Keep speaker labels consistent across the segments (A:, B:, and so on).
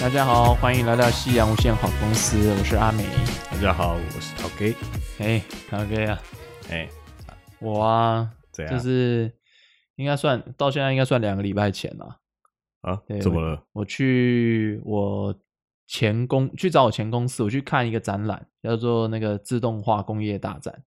A: 大家好，欢迎来到夕阳无限好公司，我是阿美。
B: 大家好，我是陶 K。
A: 哎，大哥呀，
B: 哎，
A: 我啊，
B: 怎样？
A: 就是应该算到现在应该算两个礼拜前了。
B: 啊
A: 对，
B: 怎么了？
A: 我去我前公去找我前公司，我去看一个展览，叫做那个自动化工业大 展。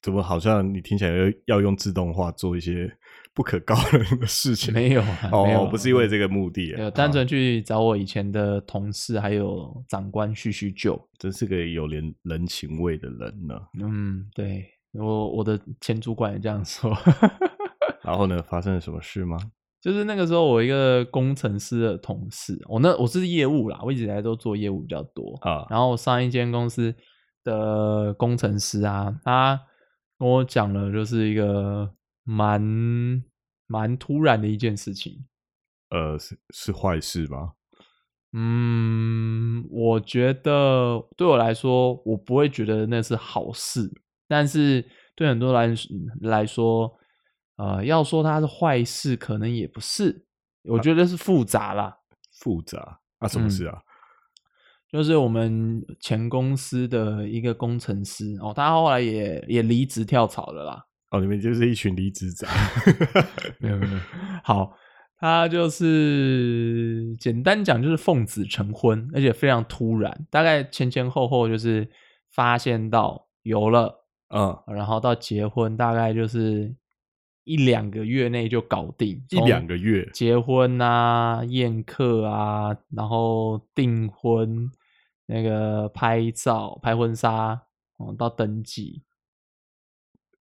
B: 怎么好像你听起来要要用自动化做一些不可告人的事情？
A: 没有啊，没有
B: 哦
A: 啊，
B: 不是因为这个目的
A: 没有，
B: 啊，
A: 单纯
B: 啊
A: 去找我以前的同事还有长官叙叙旧。
B: 真是个有人人情味的人呢。
A: 嗯，对我我的前主管也这样说。
B: 然后呢，发生了什么事吗？
A: 就是那个时候，我一个工程师的同事，我那我是业务啦，我一直以来都做业务比较多。
B: 啊，
A: 然后上一间公司的工程师啊，他跟我讲了，就是一个蛮蛮突然的一件事情。
B: 呃，是是坏事吗？
A: 嗯，我觉得对我来说，我不会觉得那是好事，但是对很多人来说，呃，要说它是坏事，可能也不是，我觉得是复杂啦。
B: 复杂啊，什么事
A: 嗯
B: 啊？
A: 就是我们前公司的一个工程师哦，他后来也也离职跳槽了啦。
B: 哦，你们就是一群离职 仔。
A: 没有没有， 好，他就是简单讲就是奉子成婚，而且非常突然，大概前前后后就是发现到有了，
B: 嗯，
A: 然后到结婚大概就是一两个月内就搞定，
B: 一两个月
A: 结婚啊、宴客啊，然后订婚、那个拍照、拍婚纱，嗯，到登记，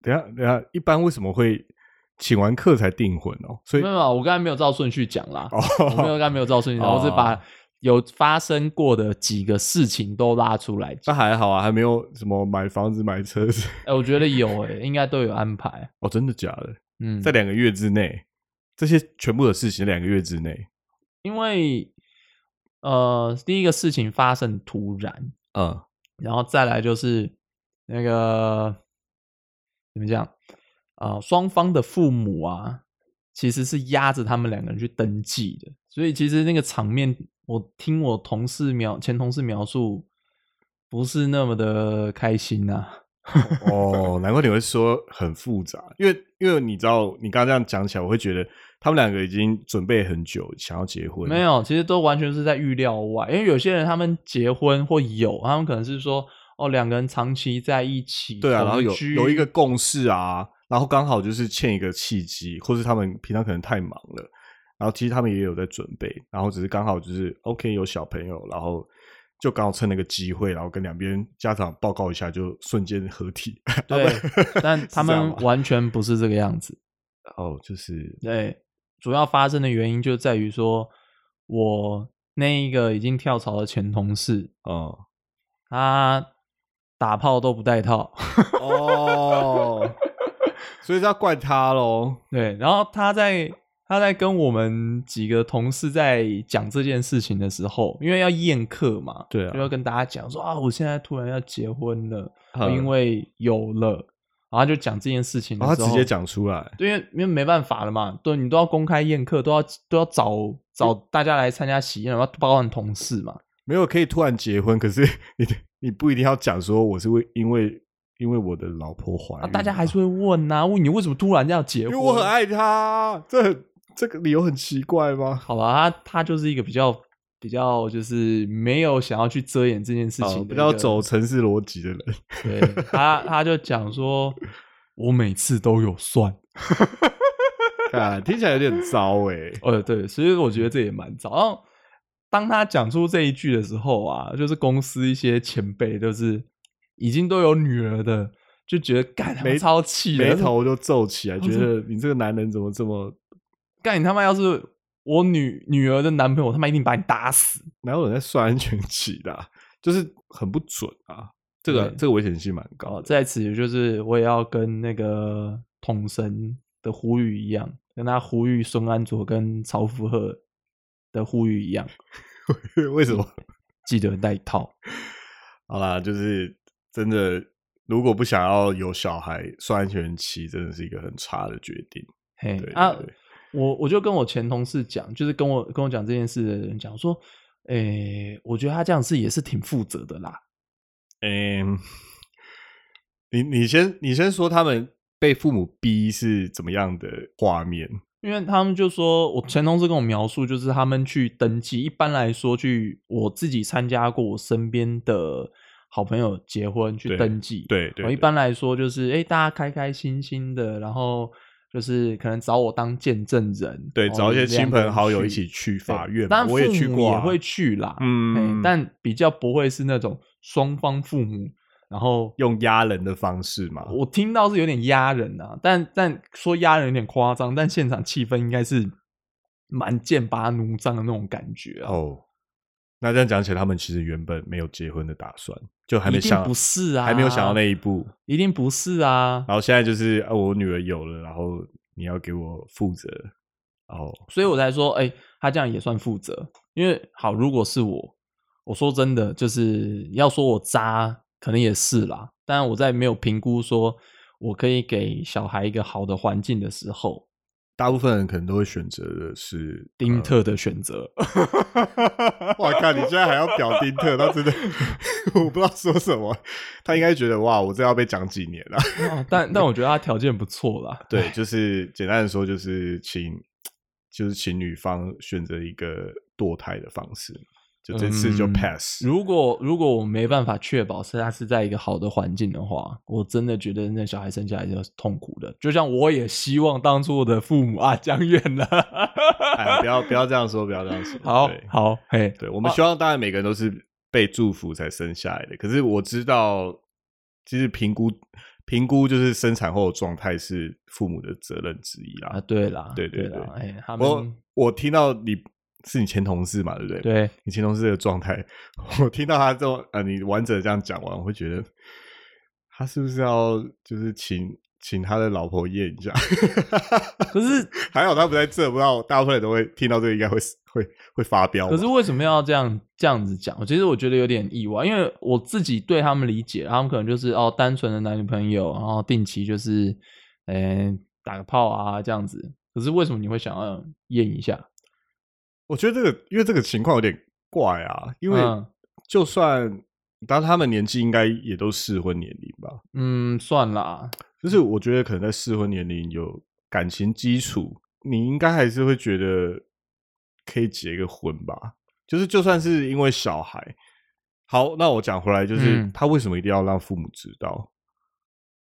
B: 等一下，等一下，一般为什么会请完客才订婚哦？所
A: 没
B: 以
A: 有，没有我刚才没有照顺序讲啦，我没有
B: 哦，
A: 刚才没有照顺序讲，我只把
B: 哦
A: 有发生过的几个事情都拉出来
B: 那
A: 讲。
B: 还好啊，还没有什么买房子、买车子。
A: 哎、我觉得有诶、应该都有安排。
B: 哦，真的假的？
A: 嗯，
B: 在两个月之内，这些全部的事情，两个月之内，
A: 因为呃，第一个事情发生突然，
B: 嗯，
A: 然后再来就是那个怎么讲啊、呃双方的父母啊，其实是压着他们两个人去登记的，所以其实那个场面，我听我同事描前同事描述，不是那么的开心呐、
B: 哦，难怪你会说很复杂，因为因为你知道，你刚刚这样讲起来，我会觉得他们两个已经准备很久，想要结婚，
A: 没，有，其实都完全是在预料外，因为有些人他们结婚或有，他们可能是说哦，两个人长期在一起，
B: 对啊，
A: 同
B: 然后有
A: 居
B: 有一个共识啊，然后刚好就是欠一个契机，或是他们平常可能太忙了，然后其实他们也有在准备，然后只是刚好就是 OK 有小朋友，然后。就刚好趁那个机会，然后跟两边家长报告一下，就瞬间合体。，
A: 对但他
B: 是这样
A: 们
B: 吗
A: 完全不是这个样子。
B: 哦，就是
A: 对，主要发生的原因就在于说，我那一个已经跳槽的前同事，
B: 哦
A: 他打炮都不带套，
B: 哦， 所以这要怪他喽。
A: 对，然后他在他在跟我们几个同事在讲这件事情的时候，因为要宴客嘛，
B: 对啊
A: 就要跟大家讲说啊，我现在突然要结婚了，
B: 嗯
A: 因为有了，然后就讲这件事情的
B: 然后
A: 时
B: 哦他
A: 候，
B: 直接讲出来，
A: 对，因为因为没办法了嘛，对你都要公开宴客，都要都要找找大家来参加喜宴，然后包含同事嘛。
B: 没有可以突然结婚，可是你你不一定要讲说我是为因为因为我的老婆怀
A: 啊，
B: 孕，
A: 大家还是会问呐、问你为什么突然要结
B: 嗯因
A: 婚？
B: 为我很。爱她，这很这个理由很奇怪吗？
A: 好吧，他他就是一个比较比较就是没有想要去遮掩这件事情的一
B: 哦
A: 个，
B: 比较走城市逻辑的人，
A: 对他他就讲说，我每次都有算。
B: 啊，听起来有点糟哎、
A: 呃，对，所以我觉得这也蛮早。然后当他讲出这一句的时候啊，就是公司一些前辈，就是已经都有女儿的，就觉得干他妈
B: 眉
A: 超气的，
B: 眉头就皱起来，
A: 他是
B: 觉得你这个男人怎么这么……
A: 干你他妈！要是我女女儿的男朋友，他妈一定把你打死。
B: 哪有人在算安全期的啊、就是很不准啊，这个
A: 对
B: 这个危险性蛮高
A: 哦，
B: 的。
A: 在此就是我也要跟那个统神的呼吁一样，跟他呼吁孙安佐跟曹福赫的呼吁一样，
B: 为什么？
A: 记得带套。
B: 好啦，就是真的，如果不想要有小孩，算安全期真的是一个很差的决定。
A: 嘿
B: 对对
A: 啊，
B: 对
A: 我我就跟我前同事讲，就是跟我跟我讲这件事的人讲说，诶，我觉得他这样是也是挺负责的啦。
B: 嗯，你你先你先说他们被父母逼是怎么样的画面？
A: 因为他们就说，我前同事跟我描述，就是他们去登记，一般来说去我自己参加过我身边的好朋友结婚去
B: 对
A: 登记，
B: 对对
A: 我哦一般来说就是，哎、大家开开心心的，然后就是可能找我当见证人，
B: 对，
A: 然后
B: 找一些
A: 哦两
B: 亲
A: 个人
B: 朋好友
A: 去
B: 一起去
A: 对
B: 法院嘛，
A: 当然
B: 我也
A: 父
B: 去
A: 母
B: 过、啊，
A: 也会去啦，
B: 嗯
A: 嗯，但比较不会是那种双方父母，然后
B: 用压人的方式嘛。
A: 我听到是有点压人啊，但但说压人有点夸张，但现场气氛应该是蛮剑拔弩张的那种感觉啊，
B: 哦，那这样讲起来，他们其实原本没有结婚的打算，就还没
A: 一定
B: 想
A: 不是啊，
B: 还没有想到那一步。
A: 一定不是 啊，
B: 然后现在就是啊，我女儿有了，然后你要给我负责。哦，
A: 所以我才说，哎、他这样也算负责，因为好，如果是我，我说真的，就是要说我渣，可能也是啦，但我在没有评估说我可以给小孩一个好的环境的时候，
B: 大部分人可能都会选择的 是
A: 丁特的选 择，
B: 哇靠！你现在还要表丁特，他 真的我不知道说什么。他应该觉得哇，我这要被讲几年了。
A: 哦但但我觉得他条件不错啦，
B: 对，就是简单的说，就是请就是请女方选择一个堕胎的方式，就这次就
A: 嗯
B: pass。
A: 如果如果我没办法确保是他是在一个好的环境的话，我真的觉得那小孩生下来就是痛苦的。就像我也希望当初我的父母啊， 讲远了。
B: 哎，不要不要这样说，不要这样说。
A: 好
B: 对
A: 好，嘿，
B: 对，我们希望当然每个人都是被祝福才生下来的，可是我知道，其实评估评估就是生产后的状态是父母的责任之一
A: 啊，
B: 啦。
A: 对啦，
B: 对对
A: 对
B: 对
A: 啦，哎，他
B: 我
A: 们
B: 我听到你是你前同事嘛，对不对？，
A: 对
B: 你前同事的状态，我听到他这种呃，你完整的这样讲完，我会觉得他是不是要就是请请他的老婆验一下？
A: 可是
B: 还好他不在这，不知道大部分人都会听到这个，应该会会会发飙吧。
A: 可是为什么要这样这样子讲？其实我觉得有点意外，因为我自己对他们理解，他们可能就是哦，单纯的男女朋友，然后定期就是，嗯，打个炮啊这样子。可是为什么你会想要验一下？
B: 我觉得这个，因为这个情况有点怪啊，因为
A: 嗯
B: 就算当然他们年纪应该也都适婚年龄吧，
A: 嗯，算啦，
B: 就是我觉得可能在适婚年龄有感情基础，你应该还是会觉得可以结个婚吧。就是就算是因为小孩，好，那我讲回来，就是、
A: 嗯
B: 他为什么一定要让父母知道？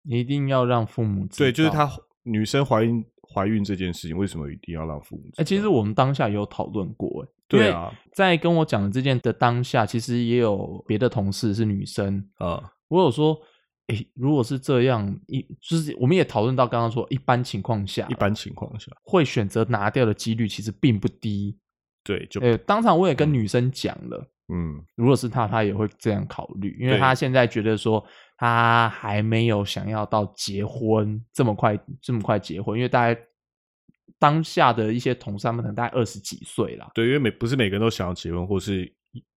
A: 你一定要让父母知道。
B: 对，就是他女生怀孕怀孕这件事情，为什么一定要让父母知道？
A: 哎、其实我们当下有讨论过、哎，
B: 对啊，
A: 在跟我讲的这件的当下，其实也有别的同事是女生，
B: 啊、
A: 我有说，哎、如果是这样，一就是我们也讨论到刚刚说，一般情况下，
B: 一般情况下，
A: 会选择拿掉的几率其实并不低。
B: 对，就、
A: 呃、当场我也跟女生讲了，
B: 嗯。
A: 如果是她，她也会这样考虑，因为
B: 对
A: 她现在觉得说她还没有想要到结婚这么快，这么快结婚，因为大概当下的一些同事他们可能大概二十几岁啦，
B: 对，因为每不是每个人都想要结婚，或是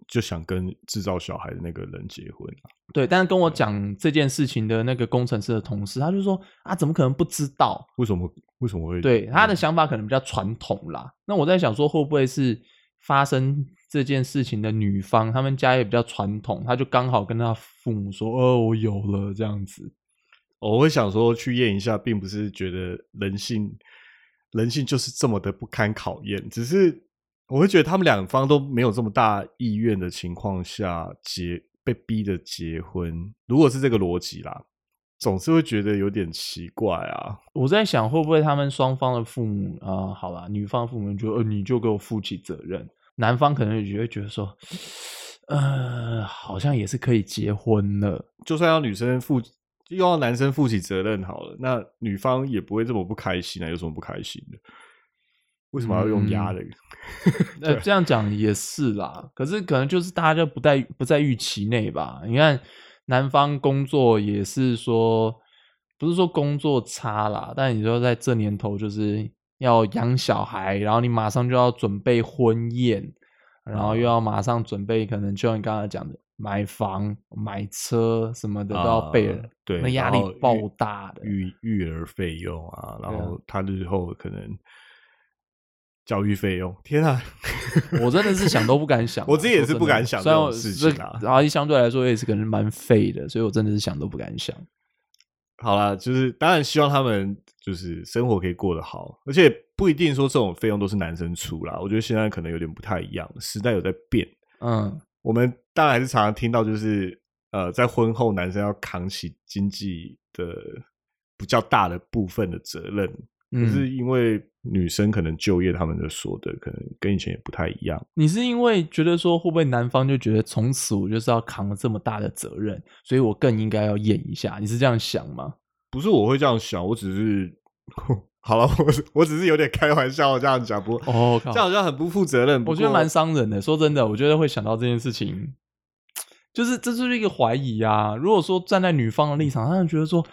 B: 就想跟制造小孩的那个人结婚啊、
A: 对。但是跟我讲这件事情的那个工程师的同事，他就说啊，怎么可能不知道？
B: 为什么为什么会
A: 对他的想法可能比较传统啦。那我在想说，会不会是发生这件事情的女方，他们家也比较传统，他就刚好跟他父母说：“哦，我有了这样子。
B: 我会想说去验一下，并不是觉得人性人性就是这么的不堪考验，只是我会觉得他们两方都没有这么大意愿的情况下结被逼的结婚，如果是这个逻辑啦，总是会觉得有点奇怪啊。”
A: 我在想，会不会他们双方的父母啊、好啦，女方父母就呃，你就给我负起责任，男方可能也会觉得说，呃，好像也是可以结婚了。
B: 就算要女生负，又要男生负起责任好了，那女方也不会这么不开心啊，有什么不开心的？为什么要用压的？
A: 那、呃这样讲也是啦，可是可能就是大家就不在不在预期内吧。你看南方工作也是说，不是说工作差啦，但你说在这年头就是要养小孩，然后你马上就要准备婚宴，然
B: 嗯
A: 后又要马上准备，可能就像你刚才讲的，买房、买车什么的都要备了，
B: 啊对
A: 那压
B: 然
A: 力
B: 后
A: 爆
B: 育
A: 大的。
B: 育育儿费用啊，然
A: 对啊
B: 后他日后可能教育费用。天啊，
A: 我真的是想都不敢想啊、
B: 我自己也是
A: 说真的
B: 不敢想
A: 虽然
B: 这
A: 我
B: 种事情啊
A: 这然后相对来说也是可能蛮废的，所以我真的是想都不敢想。
B: 好啦，就是当然希望他们就是生活可以过得好，而且不一定说这种费用都是男生出啦。我觉得现在可能有点不太一样，时代有在变。
A: 嗯，
B: 我们当然还是常常听到，就是呃，在婚后男生要扛起经济的比较大的部分的责任，可
A: 嗯
B: 是因为女生可能就业，他们的所得可能跟以前也不太一样。
A: 你是因为觉得说会不会男方就觉得从此我就是要扛了这么大的责任，所以我更应该要演一下？你是这样想吗？
B: 不是我会这样想，我只是好了，我我只是有点开玩笑这样讲，不过、
A: 哦，靠
B: 这样好像很不负责任。不
A: 我觉得
B: 过
A: 蛮伤人的。说真的，我觉得会想到这件事情，就是这就是一个怀疑啊。如果说站在女方的立场，她就觉得说，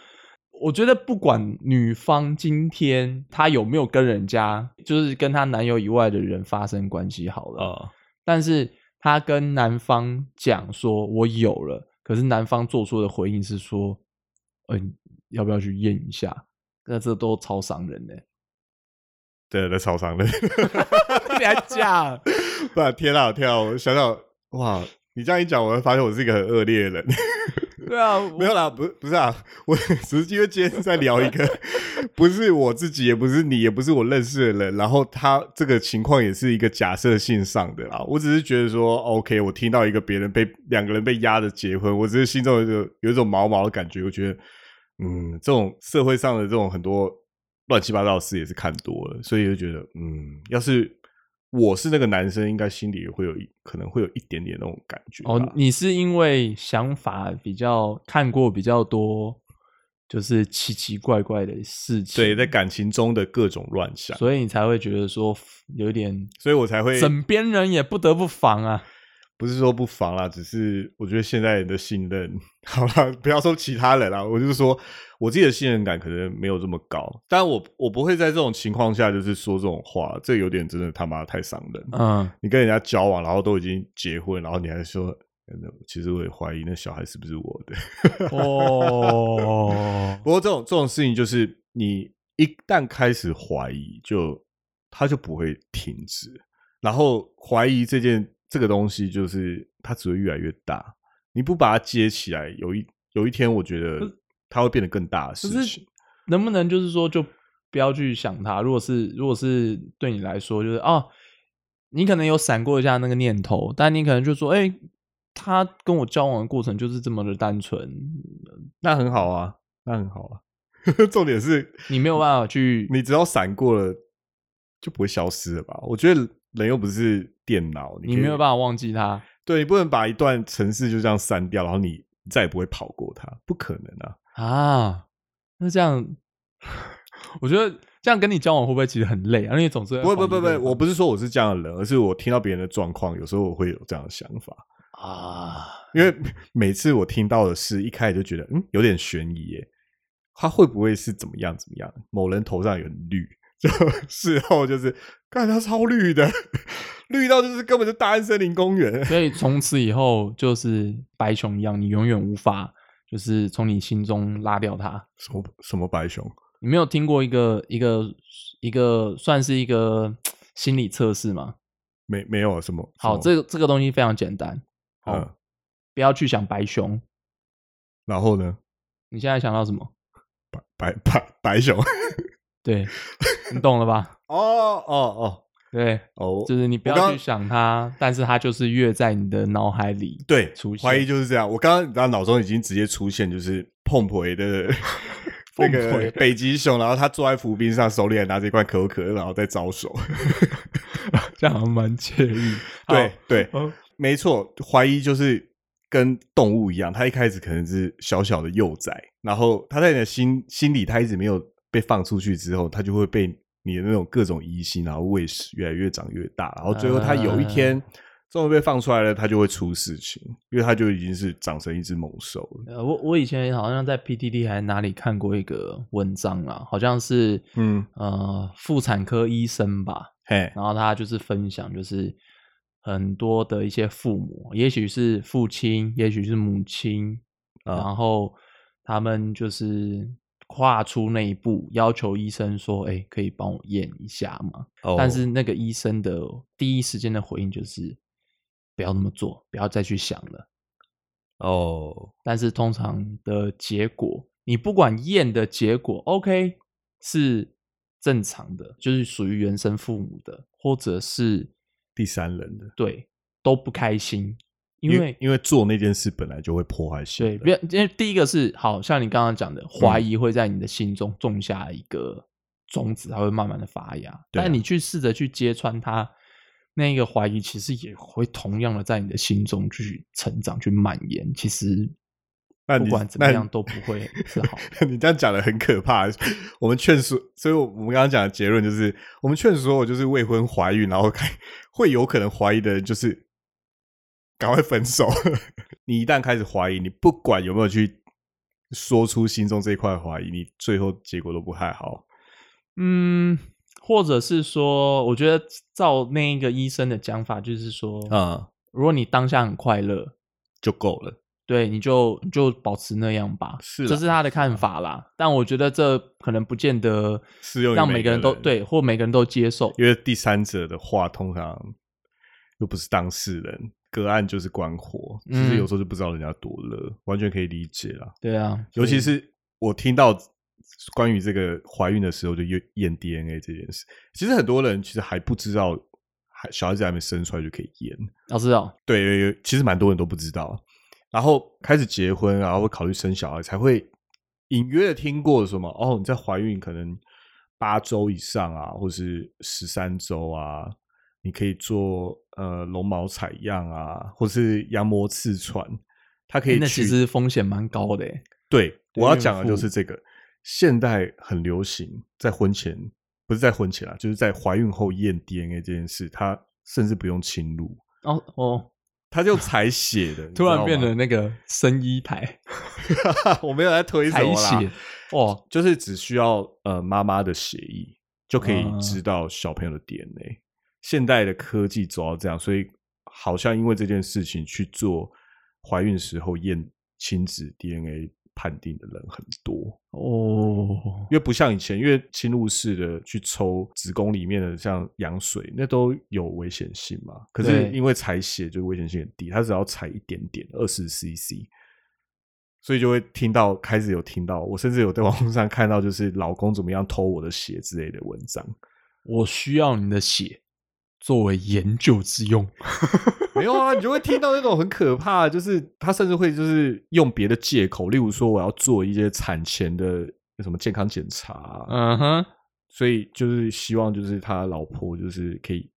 A: 我觉得不管女方今天她有没有跟人家，就是跟她男友以外的人发生关系好了，
B: 啊、
A: 但是她跟男方讲说我有了，可是男方做出的回应是说，嗯、要不要去验一下？那这都超伤人 的、
B: 对，那超伤人。
A: 你还讲？
B: 不然天啊天啊，我想想，哇，你这样一讲，我会发现我是一个很恶劣的人。
A: 对啊，
B: 没有啦，不不是啊，我只是因为今天是在聊一个， 不是我自己，也不是你，也不是我认识的人，然后他这个情况也是一个假设性上的啦。我只是觉得说，OK，我听到一个别人被两个人被压着结婚，我只是心中有一种有一种毛毛的感觉，我觉得，嗯，这种社会上的这种很多乱七八糟的事也是看多了，所以就觉得，嗯，要是。我是那个男生，应该心里也会有一可能会有一点点那种感觉吧。
A: 哦，你是因为想法比较看过比较多，就是奇奇怪怪的事情，
B: 对，在感情中的各种乱象。
A: 所以你才会觉得说有点，
B: 所以我才会
A: 枕边人也不得不防 啊。
B: 不是说不防啦，只是我觉得现在人的信任， 好啦，不要说其他人啦，我就是说我自己的信任感可能没有这么高，但我我不会在这种情况下就是说这种话，这有点真的他妈太伤人。
A: 嗯，
B: 你跟人家交往，然后都已经结婚，然后你还说，呃其实我也怀疑那小孩是不是我的。
A: 哦，
B: 不过这种这种事情就是你一旦开始怀疑，就它就不会停止。然后怀疑这件这个东西，就是它只会越来越大。你不把它接起来，有一有一天，我觉得它会变得更大的事
A: 可是
B: 情。
A: 能不能就是说就不要去想他？如果是如果是对你来说，就是哦，你可能有闪过一下那个念头，但你可能就说，哎、他跟我交往的过程就是这么的单纯，
B: 那很好啊，那很好啊。 重点是
A: 你没有办法去
B: 你只要闪过了，就不会消失了吧？我觉得人又不是电脑，
A: 你
B: 可以
A: 没有办法忘记他。
B: 对你不能把一段城市就这样删掉，然后你再也不会跑过它，不可能啊。
A: 啊，那这样， 我觉得这样跟你交往会不会其实很累啊？因为总是
B: 不会不会不会，我不是说我是这样的人，而是我听到别人的状况，有时候我会有这样的想法，
A: 啊，
B: 因为每次我听到的是一开始就觉得嗯有点悬疑耶，他会不会是怎么样怎么样？某人头上有绿，就事后就是看他超绿的，绿到就是根本就大安森林公园。
A: 所以从此以后就是白熊一样，你永远无法就是从你心中拉掉它。
B: 什么什么白熊？
A: 你没有听过一个一个一个算是一个心理测试吗？
B: 没没有啊什么？
A: 好，
B: 什么
A: 这个这个东西非常简单，好，
B: 嗯
A: 不要去想白熊。
B: 然后呢？
A: 你现在想到什么？
B: 白白白白熊？
A: 对，你懂了吧？
B: 哦哦哦
A: 对，
B: 哦，
A: 就是你不
B: 我刚
A: 要去想它，但是它就是越在你的脑海里。
B: 对，
A: 出现
B: 怀疑就是这样。我刚刚你知道脑中已经直接出现就是碰回的那
A: 碰
B: 个
A: 杯
B: 北极熊，然后他坐在浮冰上，手里还拿着一罐可口可乐，然后在招手。
A: 这样还蛮惬意。
B: 对对，
A: 好，嗯哦
B: 没错，怀疑就是跟动物一样，它一开始可能是小小的幼崽，然后它在你的心心里，它一直没有被放出去之后，它就会被你的那种各种疑心，然后喂食，越来越长越大，然后最后它有一天。
A: 啊
B: 终于被放出来了，它就会出事情，因为它就已经是长成一只猛兽了。
A: 呃，我我以前好像在 PTT 还哪里看过一个文章啦，好像是
B: 嗯，
A: 呃妇产科医生吧，
B: 嘿，
A: 然后他就是分享就是很多的一些父母，也许是父亲，也许是母亲，
B: 啊
A: 然后他们就是跨出那一步，要求医生说：“哎、可以帮我验一下吗？”
B: 哦
A: 但是那个医生的第一时间的回应就是：“不要那么做，不要再去想了。”
B: 哦，
A: 但是通常的结果，你不管验的结果，OK 是正常的，就是属于原生父母的，或者是
B: 第三人的，
A: 对都不开心，因
B: 因
A: 为
B: 为因为做那件事本来就会破坏性
A: 对，
B: 的，
A: 不要，因为第一个是好像你刚刚讲的，怀
B: 嗯
A: 疑会在你的心中种下一个种子，它会慢慢的发芽。
B: 对啊
A: 但你去试着去揭穿它，那个怀疑其实也会同样的在你的心中去成长、去蔓延。其实
B: 那
A: 不
B: 你
A: 管怎么
B: 那
A: 样都不会是好的。
B: 你 这样讲的很可怕。我们劝说，所以我们刚刚讲的结论就是，我们劝说我就是未婚怀孕，然后开会有可能怀疑的人就是赶快分手。 你一旦开始怀疑，你不管有没有去说出心中这一块怀疑，你最后结果都不太好。
A: 嗯，或者是说，我觉得照那个医生的讲法，就是说，
B: 嗯，
A: 如果你当下很快乐，
B: 就够了。
A: 对，你就你就保持那样吧，
B: 是
A: 这
B: 啦
A: 是他的看法啦。但我觉得这可能不见得
B: 适用于
A: 让
B: 每
A: 每
B: 个
A: 人都
B: 人
A: 对，或每个人都接受。
B: 因为第三者的话，通常又不是当事人，个案就是关火，其实
A: 嗯
B: 有时候就不知道人家多乐，完全可以理解啦。
A: 对啊，
B: 尤其
A: 所以
B: 是我听到关于这个怀孕的时候就验验 DNA 这件事，其实很多人其实还不知道，还小孩子还没生出来就可以验。
A: 老师哦，
B: 对，有有其实蛮多人都不知道。然后开始结婚，然后会考虑生小孩，才会隐约的听过什么哦，你在怀孕可能八周以上啊，或是十三周啊，你可以做呃绒毛采样啊，或是羊膜刺穿，它可以
A: 那
B: 取
A: 其实风险蛮高的欸。
B: 对，
A: 对
B: 我要
A: 孕
B: 讲的就
A: 妇
B: 是这个。现代很流行在婚前，不是在婚前啊，就是在怀孕后验 DNA 这件事，它甚至不用侵入，
A: 哦哦，
B: 它 就采血的。你
A: 突然
B: 知道
A: 变
B: 吗
A: 得，那个生医台
B: 我没有在推什
A: 采
B: 么啦
A: 血，哇，
B: 就是只需要呃妈妈的血液就可以
A: 啊
B: 知道小朋友的 DNA。现代的科技走到这样，所以好像因为这件事情去做怀孕时候验亲子 DNA 判定的人很多。
A: 哦，
B: 因为不像以前，因为侵入式的去抽子宫里面的像羊水，那都有危险性嘛。可是
A: 对
B: 因为采血，就危险性很低，它只要采一点点，二十 CC，所以就会听到开始有听到，我甚至有在网络上看到，就是老公怎么样偷我的血之类的文章。
A: 我需要你的血作为研究之用。
B: 没有啊，你就会听到那种很可怕的，就是他甚至会就是用别的借口，例如说我要做一些产前的什么健康检查啊、
A: 嗯哼，
B: 所以就是希望就是他老婆就是可以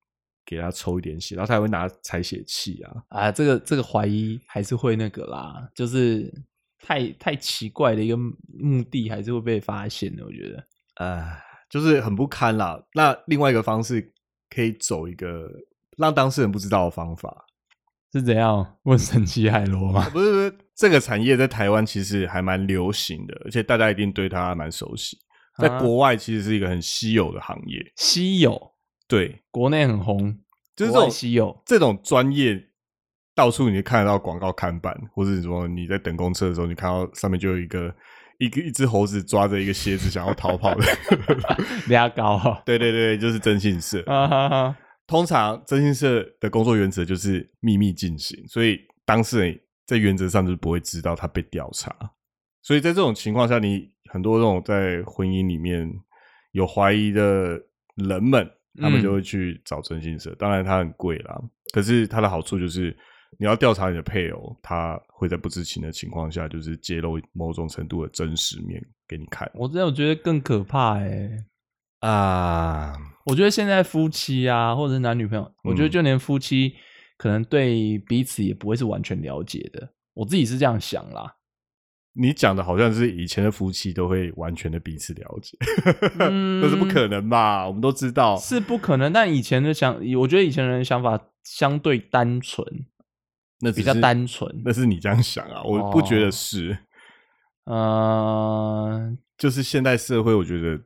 B: 给他抽一点血，然后他还会拿采血器啊。
A: 啊，这个这个怀疑还是会那个啦，就是太太奇怪的一个目的，还是会被发现的。我觉得，
B: 唉，就是很不堪啦。那另外一个方式可以走一个让当事人不知道的方法，
A: 是怎样问神奇海螺吗？
B: 不是不是这个产业在台湾其实还蛮流行的，而且大家一定对它蛮熟悉。在
A: 啊
B: 国外其实是一个很稀有的行业，
A: 稀有，
B: 对，
A: 国内很红，
B: 就是这
A: 国外
B: 种
A: 稀有。
B: 这种专业，到处你看得到广告看板，或者什么你在等公车的时候，你看到上面就有一个一个一只猴子抓着一个蝎子想要逃跑的。
A: 俩高哈、
B: 对对对，就是征信社。
A: 啊哈哈，
B: 通常征信社的工作原则就是秘密进行，所以当事人在原则上就是不会知道他被调查。所以在这种情况下，你很多这种在婚姻里面有怀疑的人们，他们
A: 嗯
B: 就会去找征信社。当然，它很贵啦，可是它的好处就是，你要调查你的配偶，他会在不知情的情况下，就是揭露某种程度的真实面给你看
A: 我真的觉得更可怕哎、
B: 啊。
A: 我觉得现在夫妻啊，或者是男女朋友，我觉得
B: 嗯
A: 就连夫妻可能对彼此也不会是完全了解的。我自己是这样想啦。
B: 你讲的好像是以前的夫妻都会完全的彼此 了解，
A: 嗯
B: 那是不可能吧？我们都知道，
A: 是不可能。但以前的想，我觉得以前人的想法相对单纯，
B: 那只
A: 比
B: 是
A: 较单哦纯。
B: 那是你这样想啊，我不觉得是。
A: 呃，
B: 就是现代社会，我觉得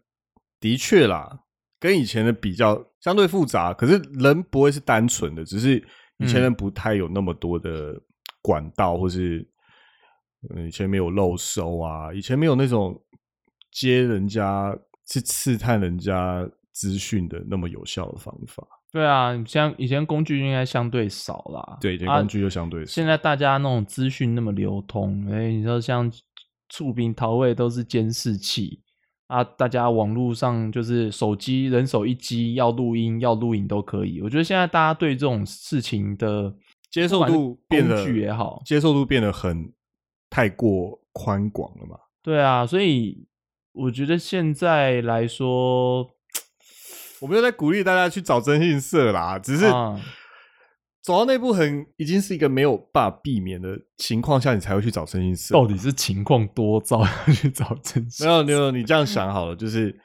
B: 的确啦，跟以前的比较相对复杂，可是人不会是单纯的，只是以
A: 嗯
B: 前人不太有那么多的呃管道，或是嗯，以前没有漏收啊，以前没有那种接人家去刺探人家资讯的那么有效的方法。
A: 对啊，像以前工具应该相对少啦，
B: 对，这
A: 啊
B: 工具就相对少。
A: 现在大家那种资讯那么流通，哎、你说像触屏投喂都是监视器啊，大家网络上就是手机人手一机，要录音要录影都可以。我觉得现在大家对这种事情的
B: 接受度变得
A: 工具也好
B: 接受度变得很太过宽广了嘛？
A: 对啊，所以我觉得现在来说，
B: 我没有在鼓励大家去找征信社啦，只是
A: 啊
B: 走到那步很已经是一个没有办法避免的情况下，你才会去找征信社。
A: 到底是情况多糟要去找真
B: 没
A: 相？
B: 有，没有，你这样想好了，就是，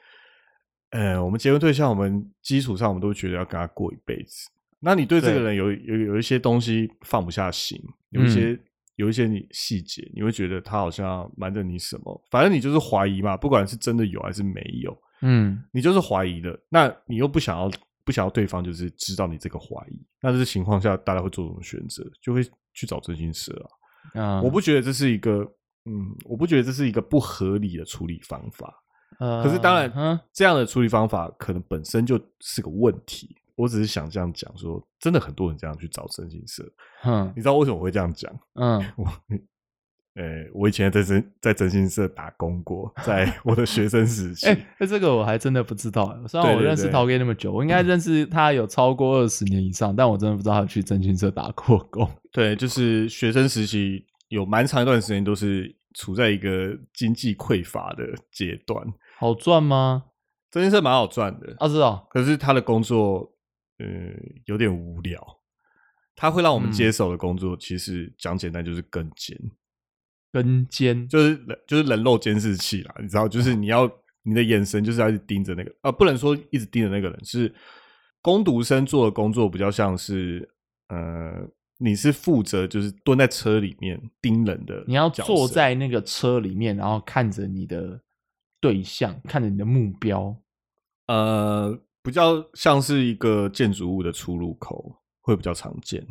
B: 呃，我们结婚对象，我们基础上我们都觉得要跟他过一辈子。那你对这个
A: 对
B: 人有有有一些东西放不下心，有一
A: 嗯
B: 些、有一些你细节，你会觉得他好像瞒着你什么，反正你就是怀疑嘛，不管是真的有还是没有，
A: 嗯，
B: 你就是怀疑的。那你又不想要不想要对方就是知道你这个怀疑，那这情况下大家会做什么选择？就会去找真心社啊。
A: 啊
B: 我不觉得这是一个，嗯，我不觉得这是一个不合理的处理方法。
A: 呃
B: 可是当然
A: 嗯，
B: 这样的处理方法可能本身就是个问题。我只是想这样讲说，真的很多人这样去找身心社，
A: 哼
B: 你知道为什么我会这样讲？
A: 嗯，
B: 我，呃，我以前在真在真心社打工过，在我的学生时期，
A: 哎、那这个我还真的不知道欸。虽然
B: 对
A: 我
B: 对
A: 认识
B: 对
A: 陶哥那么久，我应该认识他有超过二十年以上，但我真的不知道他去征信社打过工。
B: 对，就是学生时期有蛮长一段时间都是处在一个经济匮乏的阶段。
A: 好赚吗？
B: 真心社蛮好赚的，
A: 啊，知道
B: 可是他的工作，呃，有点无聊。他会让我们
A: 嗯
B: 接手的工作，其实讲简单就是跟监，
A: 跟监
B: 就是人就是人肉监视器啦，你知道，
A: 嗯
B: 就是你要你的眼神就是要一直盯着那个，呃，不能说一直盯着那个人，是工读生做的工作比较像是，呃，你是负责就是蹲在车里面盯人的角色，
A: 你要坐在那个车里面，然后看着你的对象，看着你的目标。
B: 呃，比较像是一个建筑物的出入口，会比较常见。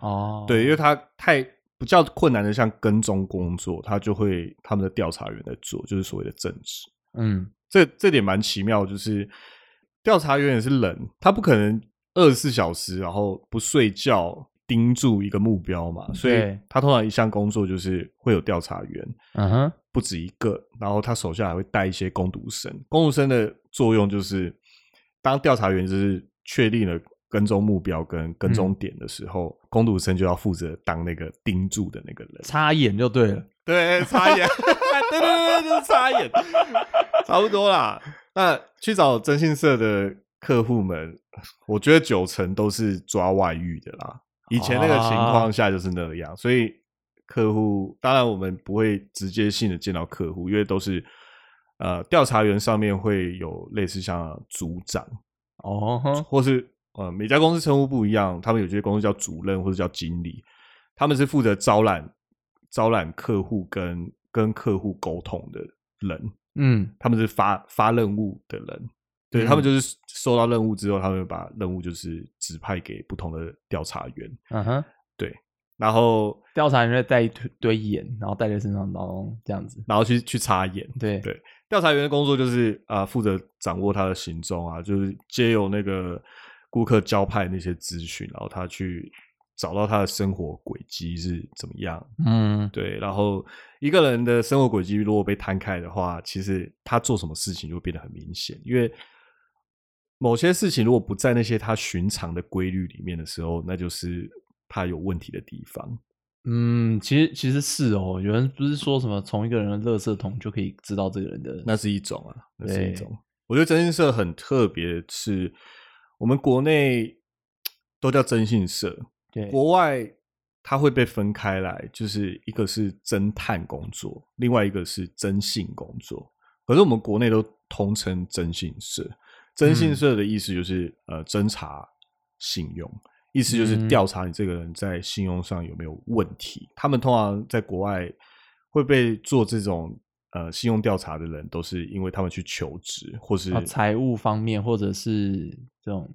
A: 哦，
B: 对，因为他太比较困难的，像跟踪工作，他就会他们的调查员在做，就是所谓的正职。
A: 嗯，
B: 这这点蛮奇妙，就是调查员也是人，他不可能二十四小时然后不睡觉盯住一个目标嘛，所以
A: 对
B: 他通常一项工作就是会有调查员
A: 嗯哼，
B: 不止一个，然后他手下还会带一些攻读生，攻读生的作用就是当调查员就是确定了。跟踪目标跟跟踪点的时候，攻读生就要负责当那个盯住的那个人。
A: 插眼就对了。
B: 对，插眼，对对对，就是插眼，差不多啦。那去找征信社的客户们，我觉得九成都是抓外遇的啦。以前那个情况下就是那样，所以客户当然我们不会直接性的见到客户，因为都是呃调查员上面会有类似像组长，
A: 哦哼，
B: 或是呃每家公司称呼不一样，他们有些公司叫主任或者叫经理，他们是负责招揽招揽客户跟跟客户沟通的人，
A: 嗯，
B: 他们是发发任务的人，对、
A: 嗯
B: 他们就是收到任务之后，他们会把任务就是指派给不同的调查员，
A: 嗯哼，
B: 然后
A: 调查员就带一堆堆眼，然后带在身上，然后这样子。
B: 然后去去查眼。
A: 对
B: 对调查员的工作就是啊，呃负、责掌握他的行踪啊，就是借由那个顾客交派那些资讯，然后他去找到他的生活轨迹是怎么样。
A: 嗯，
B: 对，然后一个人的生活轨迹如果被摊开的话，其实他做什么事情就会变得很明显，因为某些事情如果不在那些他寻常的规律里面的时候，那就是他有问题的地方。
A: 嗯，其实其实是哦，有人不是说什么从一个人的垃圾桶就可以知道这个人的
B: 那是一种啊，那是一
A: 对
B: 种。我觉得征信社很特别的是，我们国内都叫征信社，
A: 对
B: 国外它会被分开来，就是一个是侦探工作，另外一个是征信工作。可是我们国内都统称征信社，征信
A: 嗯
B: 社的意思就是、呃侦查信用，意思就是
A: 嗯
B: 调查你这个人在信用上有没有问题。他们通常在国外会被做这种呃信用调查的人，都是因为他们去求职，或是
A: 啊财务方面或者是这种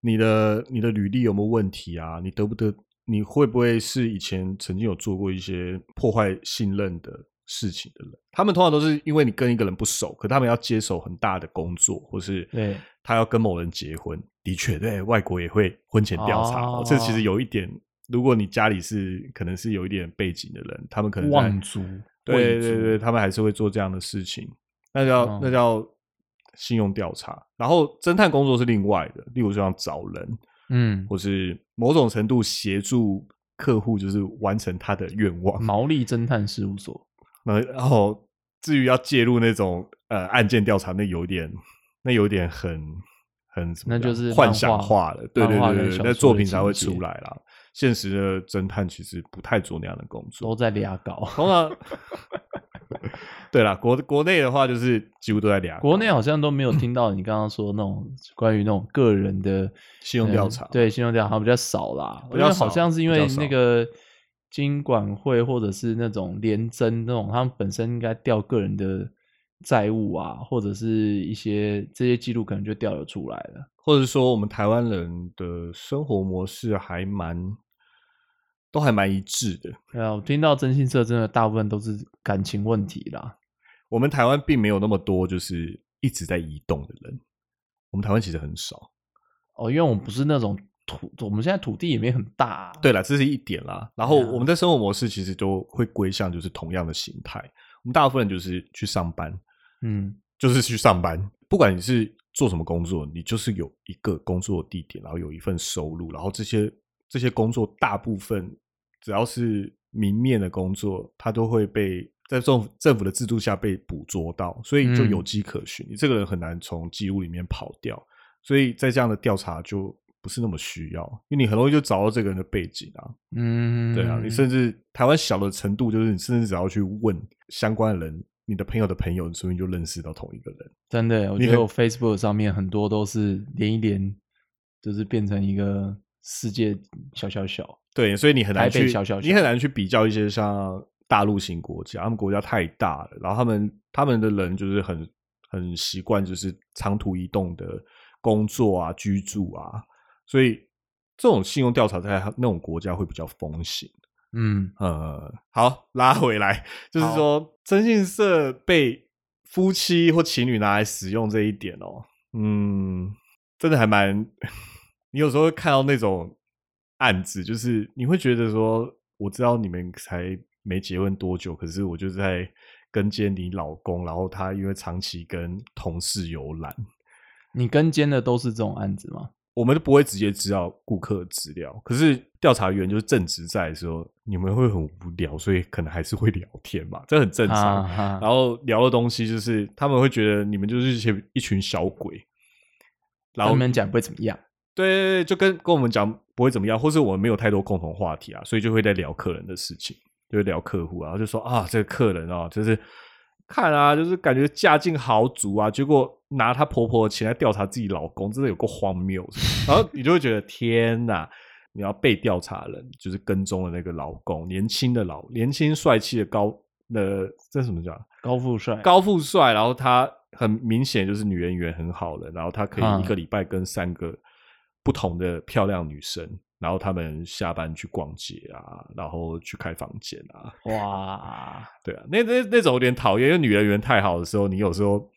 B: 你的你的履历有没有问题啊？你得不得？你会不会是以前曾经有做过一些破坏信任的事情的人。他们通常都是因为你跟一个人不熟，可他们要接手很大的工作，或是
A: 对
B: 他要跟某人结婚。的确，对外国也会婚前调查，
A: 哦
B: 这其实有一点。如果你家里是可能是有一点背景的人，他们可能在
A: 望族，
B: 对
A: 贵族
B: 对对，他们还是会做这样的事情，那叫、
A: 嗯
B: 那叫信用调查。然后侦探工作是另外的，例如像找人，
A: 嗯，
B: 或是某种程度协助客户，就是完成他的愿望。
A: 毛利侦探事务所，
B: 那然后至于要介入那种呃案件调查，那有一点，那有一点很很什么
A: 那
B: 讲
A: 就是
B: 幻
A: 漫
B: 想
A: 画
B: 化了，对对
A: 漫画
B: 对
A: 跟
B: 对
A: 小
B: 那
A: 说
B: 作
A: 的
B: 品才会
A: 情节
B: 出来啦。现实的侦探其实不太做那样的工作，
A: 都在俩搞。
B: 通常， 对啦，国国内的话就是几乎都在俩
A: 国内好像都没有听到你刚刚说那种关于那种个人的
B: 信用调查
A: 呃对信用调查比较少啦，
B: 比
A: 因
B: 较
A: 为好
B: 少
A: 像是因
B: 比较
A: 为
B: 少
A: 那个金管会或者是那种联征那种，他们本身应该调个人的债务啊，或者是一些这些记录可能就调得出来了。
B: 或者说我们台湾人的生活模式还蛮，都还蛮一致的。
A: 对啊，我听到征信社真的大部分都是感情问题啦，
B: 我们台湾并没有那么多就是一直在移动的人，我们台湾其实很少。
A: 哦，因为我们不是那种土，我们现在土地也没很大啊、
B: 对啦，这是一点啦。然后
A: 对啊
B: 我们的生活模式其实都会归向就是同样的形态。我们大部分人就是去上班，
A: 嗯，
B: 就是去上班，不管你是做什么工作，你就是有一个工作地点，然后有一份收入，然后这些这些工作大部分只要是明面的工作，它都会被在政府政府的制度下被捕捉到，所以就
A: 嗯
B: 有迹可循，你这个人很难从记录里面跑掉，所以在这样的调查就。不是那么需要，因为你很容易就找到这个人的背景啊，
A: 嗯，
B: 对啊，你甚至台湾小的程度，就是你甚至只要去问相关的人，你的朋友的朋友，你说不定就认识到同一个人。
A: 真的，我
B: 你
A: 觉得
B: 很
A: 我 Facebook 上面很多都是连一连，就是变成一个世界小小小。
B: 对，所以你很难
A: 台北
B: 去，
A: 小小小
B: 你很难去比较一些像大陆型国家，他们国家太大了，然后他们他们的人就是很很习惯就是长途移动的工作啊、居住啊，所以这种信用调查在那种国家会比较风行。
A: 嗯，
B: 呃，好，拉回来，就是
A: 好
B: 说征信社被夫妻或情侣拿来使用这一点哦，嗯，真的还蛮， 你有时候会看到那种案子，就是你会觉得说，我知道你们才没结婚多久，可是我就在跟监你老公，然后他因为长期跟同事游览，
A: 你跟监的都是这种案子吗？
B: 我们都不会直接知道顾客的资料，可是调查员就是正职在的时候，你们会很无聊，所以可能还是会聊天嘛，这很正常。
A: 啊，
B: 然后聊的东西就是他们会觉得你们就是一群一群小鬼，然后
A: 后面讲不会怎么样。
B: 对对对，就跟跟我们讲不会怎么样，或是我们没有太多共同话题啊，所以就会在聊客人的事情，就会聊客户啊，然后就说啊，这个客人啊，就是看啊，就是感觉家境豪族啊，结果拿她婆婆的钱来调查自己老公，真的有够荒谬的。然后你就会觉得天哪，你要被调查人就是跟踪的那个老公，年轻的老年轻帅气的高呃，这怎么讲？
A: 高富帅，
B: 高富帅，然后他很明显就是女人缘很好的，然后他可
A: 嗯
B: 以一个礼拜跟三个不同的漂亮女生，然后他们下班去逛街啊，然后去开房间啊，
A: 哇，
B: 对啊，那那那种有点讨厌，因为女人缘太好的时候，你有时候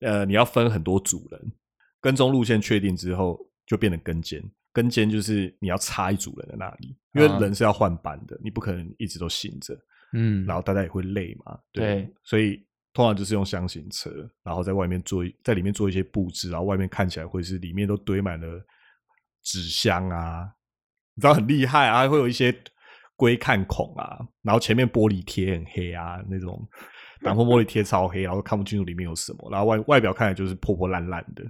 B: 呃你要分很多组人，跟踪路线确定之后就变成跟监。跟监就是你要插一组人在那里，因为
A: 嗯
B: 人是要换班的，你不可能一直都醒着。
A: 嗯，
B: 然后大家也会累嘛，对，
A: 对
B: 所以通常就是用箱型车，然后在外面做一在里面做一些布置，然后外面看起来会是里面都堆满了纸箱啊，你知道很厉害啊，还会有一些龟看孔啊，然后前面玻璃贴很黑啊，那种挡风玻璃贴超黑，然后看不清楚里面有什么，然后外外表看起来就是破破烂烂的，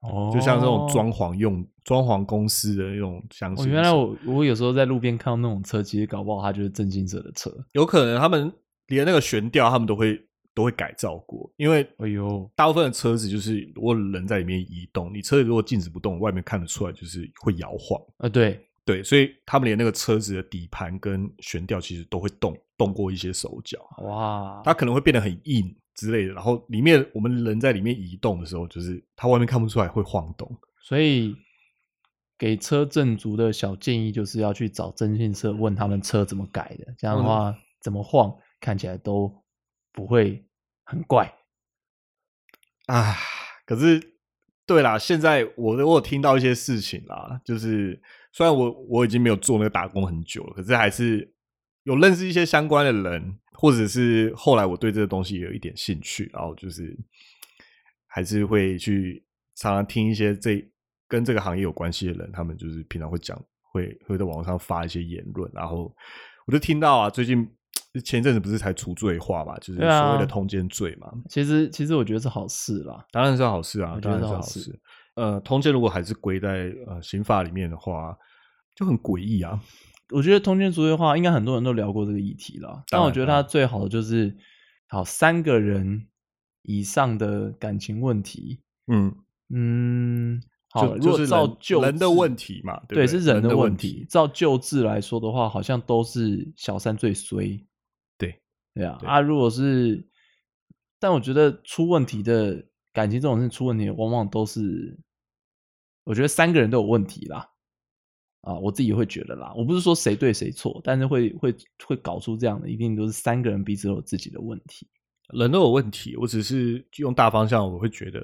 A: 哦，
B: 就像这种装。潢用装潢公司的那种箱型
A: 哦，
B: 车。
A: 原来我我有时候在路边看到那种车，其实搞不好它就是征信社的车。
B: 有可能他们连那个悬吊他们都会都会改造过，因为
A: 哎呦，
B: 大部分的车子就是如果人在里面移动，你车子如果静止不动，外面看得出来就是会摇晃。
A: 呃，对，
B: 对，所以他们连那个车子的底盘跟悬吊其实都会动动过一些手脚，
A: 啊哇，
B: 它可能会变得很硬之类的。然后里面我们人在里面移动的时候，就是它外面看不出来会晃动。
A: 所以给车正族
B: 嗯
A: 的小建议就是要去找征信社问他们车怎么改的，这样的话、怎么晃，看起来都不会很怪。
B: 啊，可是对啦，现在我我有听到一些事情啦，就是虽然我我已经没有做那个打工很久了，可是还是有认识一些相关的人，或者是后来我对这个东西也有一点兴趣，然后就是还是会去常常听一些这跟这个行业有关系的人，他们就是平常会讲，会会在网络上发一些言论，然后我就听到啊，最近前一阵子不是才除罪化嘛，就是
A: 对啊
B: 所谓的通奸罪嘛，
A: 其实其实我觉得是好事啦，
B: 当然是好事啊，
A: 我觉
B: 当
A: 得
B: 然是
A: 是好
B: 好
A: 事
B: 事。呃，通奸如果还是归在呃刑法里面的话，就很诡异啊。
A: 我觉得通奸除罪化，应该很多人都聊过这个议题了。但
B: 当然
A: 我觉得它最好的就是，好三个人以上的感情问题，
B: 嗯，
A: 嗯，好了，
B: 就
A: 如
B: 就
A: 果
B: 是
A: 照
B: 人
A: 旧
B: 人
A: 治
B: 的问题嘛，
A: 对
B: 对不对
A: 是人
B: 人
A: 的
B: 的
A: 问
B: 问
A: 题
B: 题。
A: 照旧制来说的话，好像都是小三最衰。
B: 对，
A: 对啊，
B: 对
A: 啊，如果是，但我觉得出问题的感情这种事出问题，往往都是，我觉得三个人都有问题啦。啊，我自己会觉得啦，我不是说谁对谁错，但是会会会搞出这样的，一定都是三个人彼此都有自己的问题。
B: 人都有问题，我只是用大方向，我会觉得，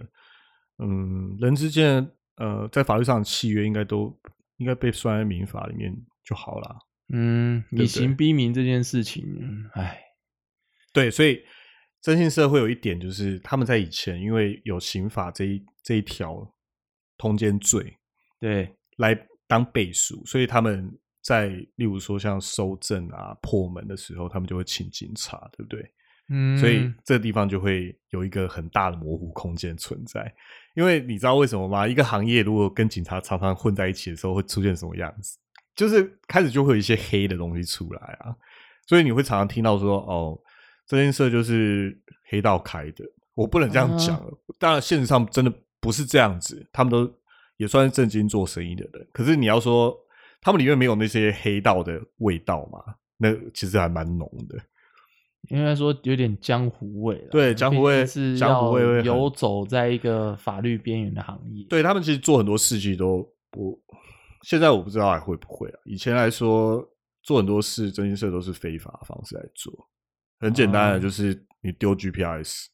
B: 嗯，人之间呃，在法律上的契约应该都应该被算在民法里面就好啦。
A: 嗯，以
B: 对不
A: 刑
B: 对
A: 逼民这件事情，哎，
B: 对，所以征信社会有一点就是，他们在以前因为有刑法这一这一条通奸罪，
A: 对，
B: 来当背书，所以他们在例如说像搜证啊、破门的时候，他们就会请警察，对不对？
A: 嗯，
B: 所以这个地方就会有一个很大的模糊空间存在。因为你知道为什么吗？一个行业如果跟警察常常混在一起的时候，会出现什么样子？就是开始就会有一些黑的东西出来啊，所以你会常常听到说，哦，这件事就是黑道开的。我不能这样讲了，当然现实上真的不是这样子，他们都也算是正经做生意的人。可是你要说他们里面没有那些黑道的味道嘛，那其实还蛮浓的。
A: 应该说有点江湖味了。
B: 对江湖味
A: 毕竟是
B: 江湖味
A: 要
B: 会很
A: 游走在一个法律边缘的行业。，
B: 对他们其实做很多事情都不，现在我不知道还会不会啊。以前来说，做很多事，征信社都是非法的方式来做，很简单
A: 哦
B: 的，就是你丢 GPS，、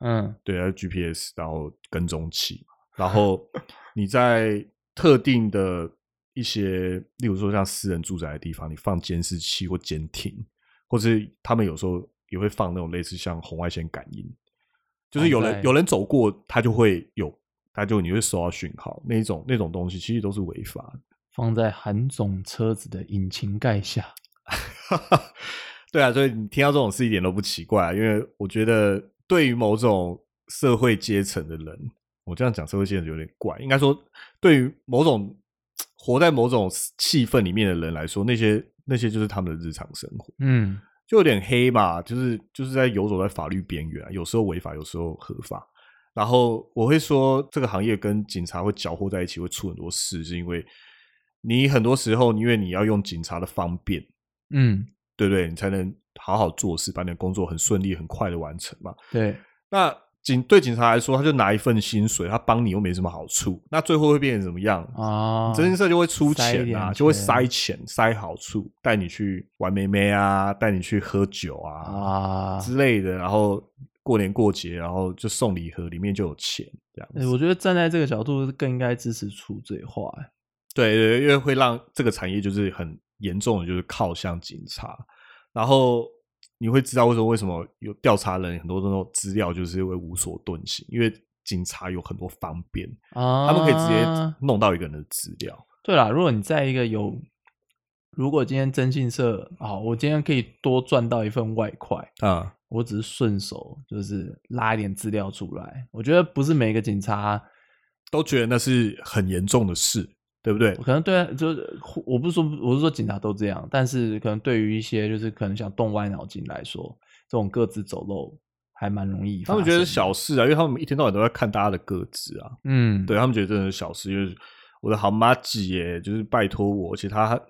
A: 嗯，
B: 对，还有 GPS，然后跟踪器嘛，然后你在特定的一些，例如说像私人住宅的地方，你放监视器或监听，或是他们有时候也会放那种类似像红外线感应，就是有
A: 哦在
B: 人有人走过，他就会有，他就你会收到讯号，那一种那种东西其实都是违法的。
A: 放在韩总车子的引擎盖下。
B: 对啊，所以你听到这种事一点都不奇怪、啊，因为我觉得对于某种社会阶层的人，我这样讲社会阶层有点怪，应该说对于某种活在某种气氛里面的人来说，那些那些就是他们的日常生活，
A: 嗯，
B: 就有点黑吧，就是就是在游走在法律边缘啊、有时候违法，有时候合法。然后我会说，这个行业跟警察会搅和在一起，会出很多事，是因为你很多时候因为你要用警察的方便，
A: 嗯，
B: 对不对？你才能好好做事，把你的工作很顺利、很快的完成嘛。
A: 对，
B: 那警对警察来说，他就拿一份薪水，他帮你又没什么好处，那最后会变成怎么样？
A: 啊，
B: 征信社就会出
A: 塞一
B: 钱
A: 点
B: 啊，就会
A: 钱
B: 塞钱、塞好处，带你去玩妹妹啊，带你去喝酒啊
A: 啊，
B: 之类的，然后过年过节，然后就送礼盒，里面就有钱这样
A: 哎
B: 子。
A: 我觉得站在这个角度更应该支持除罪化。哎
B: 对对，因为会让这个产业就是很严重的，就是靠向警察。然后你会知道为什么为什么有调查人很多那种资料就是会无所遁形，因为警察有很多方便，
A: 啊，
B: 他们可以直接弄到一个人的资料。
A: 对啦，如果你在一个有，如果今天征信社啊，我今天可以多赚到一份外快，
B: 啊、
A: 我只是顺手就是拉一点资料出来。我觉得不是每个警察，
B: 都觉得那是很严重的事，对不对？
A: 可能对，啊就是我不是说我是说警察都这样，但是可能对于一些就是可能想动歪脑筋来说，这种各自走漏还蛮容易发
B: 他
A: 生的。
B: 们觉得是小事啊，因为他们一天到晚都在看大家的个子啊，
A: 嗯，
B: 对他们觉得真的是小事，就是我的好妈姐耶，就是拜托我，而且她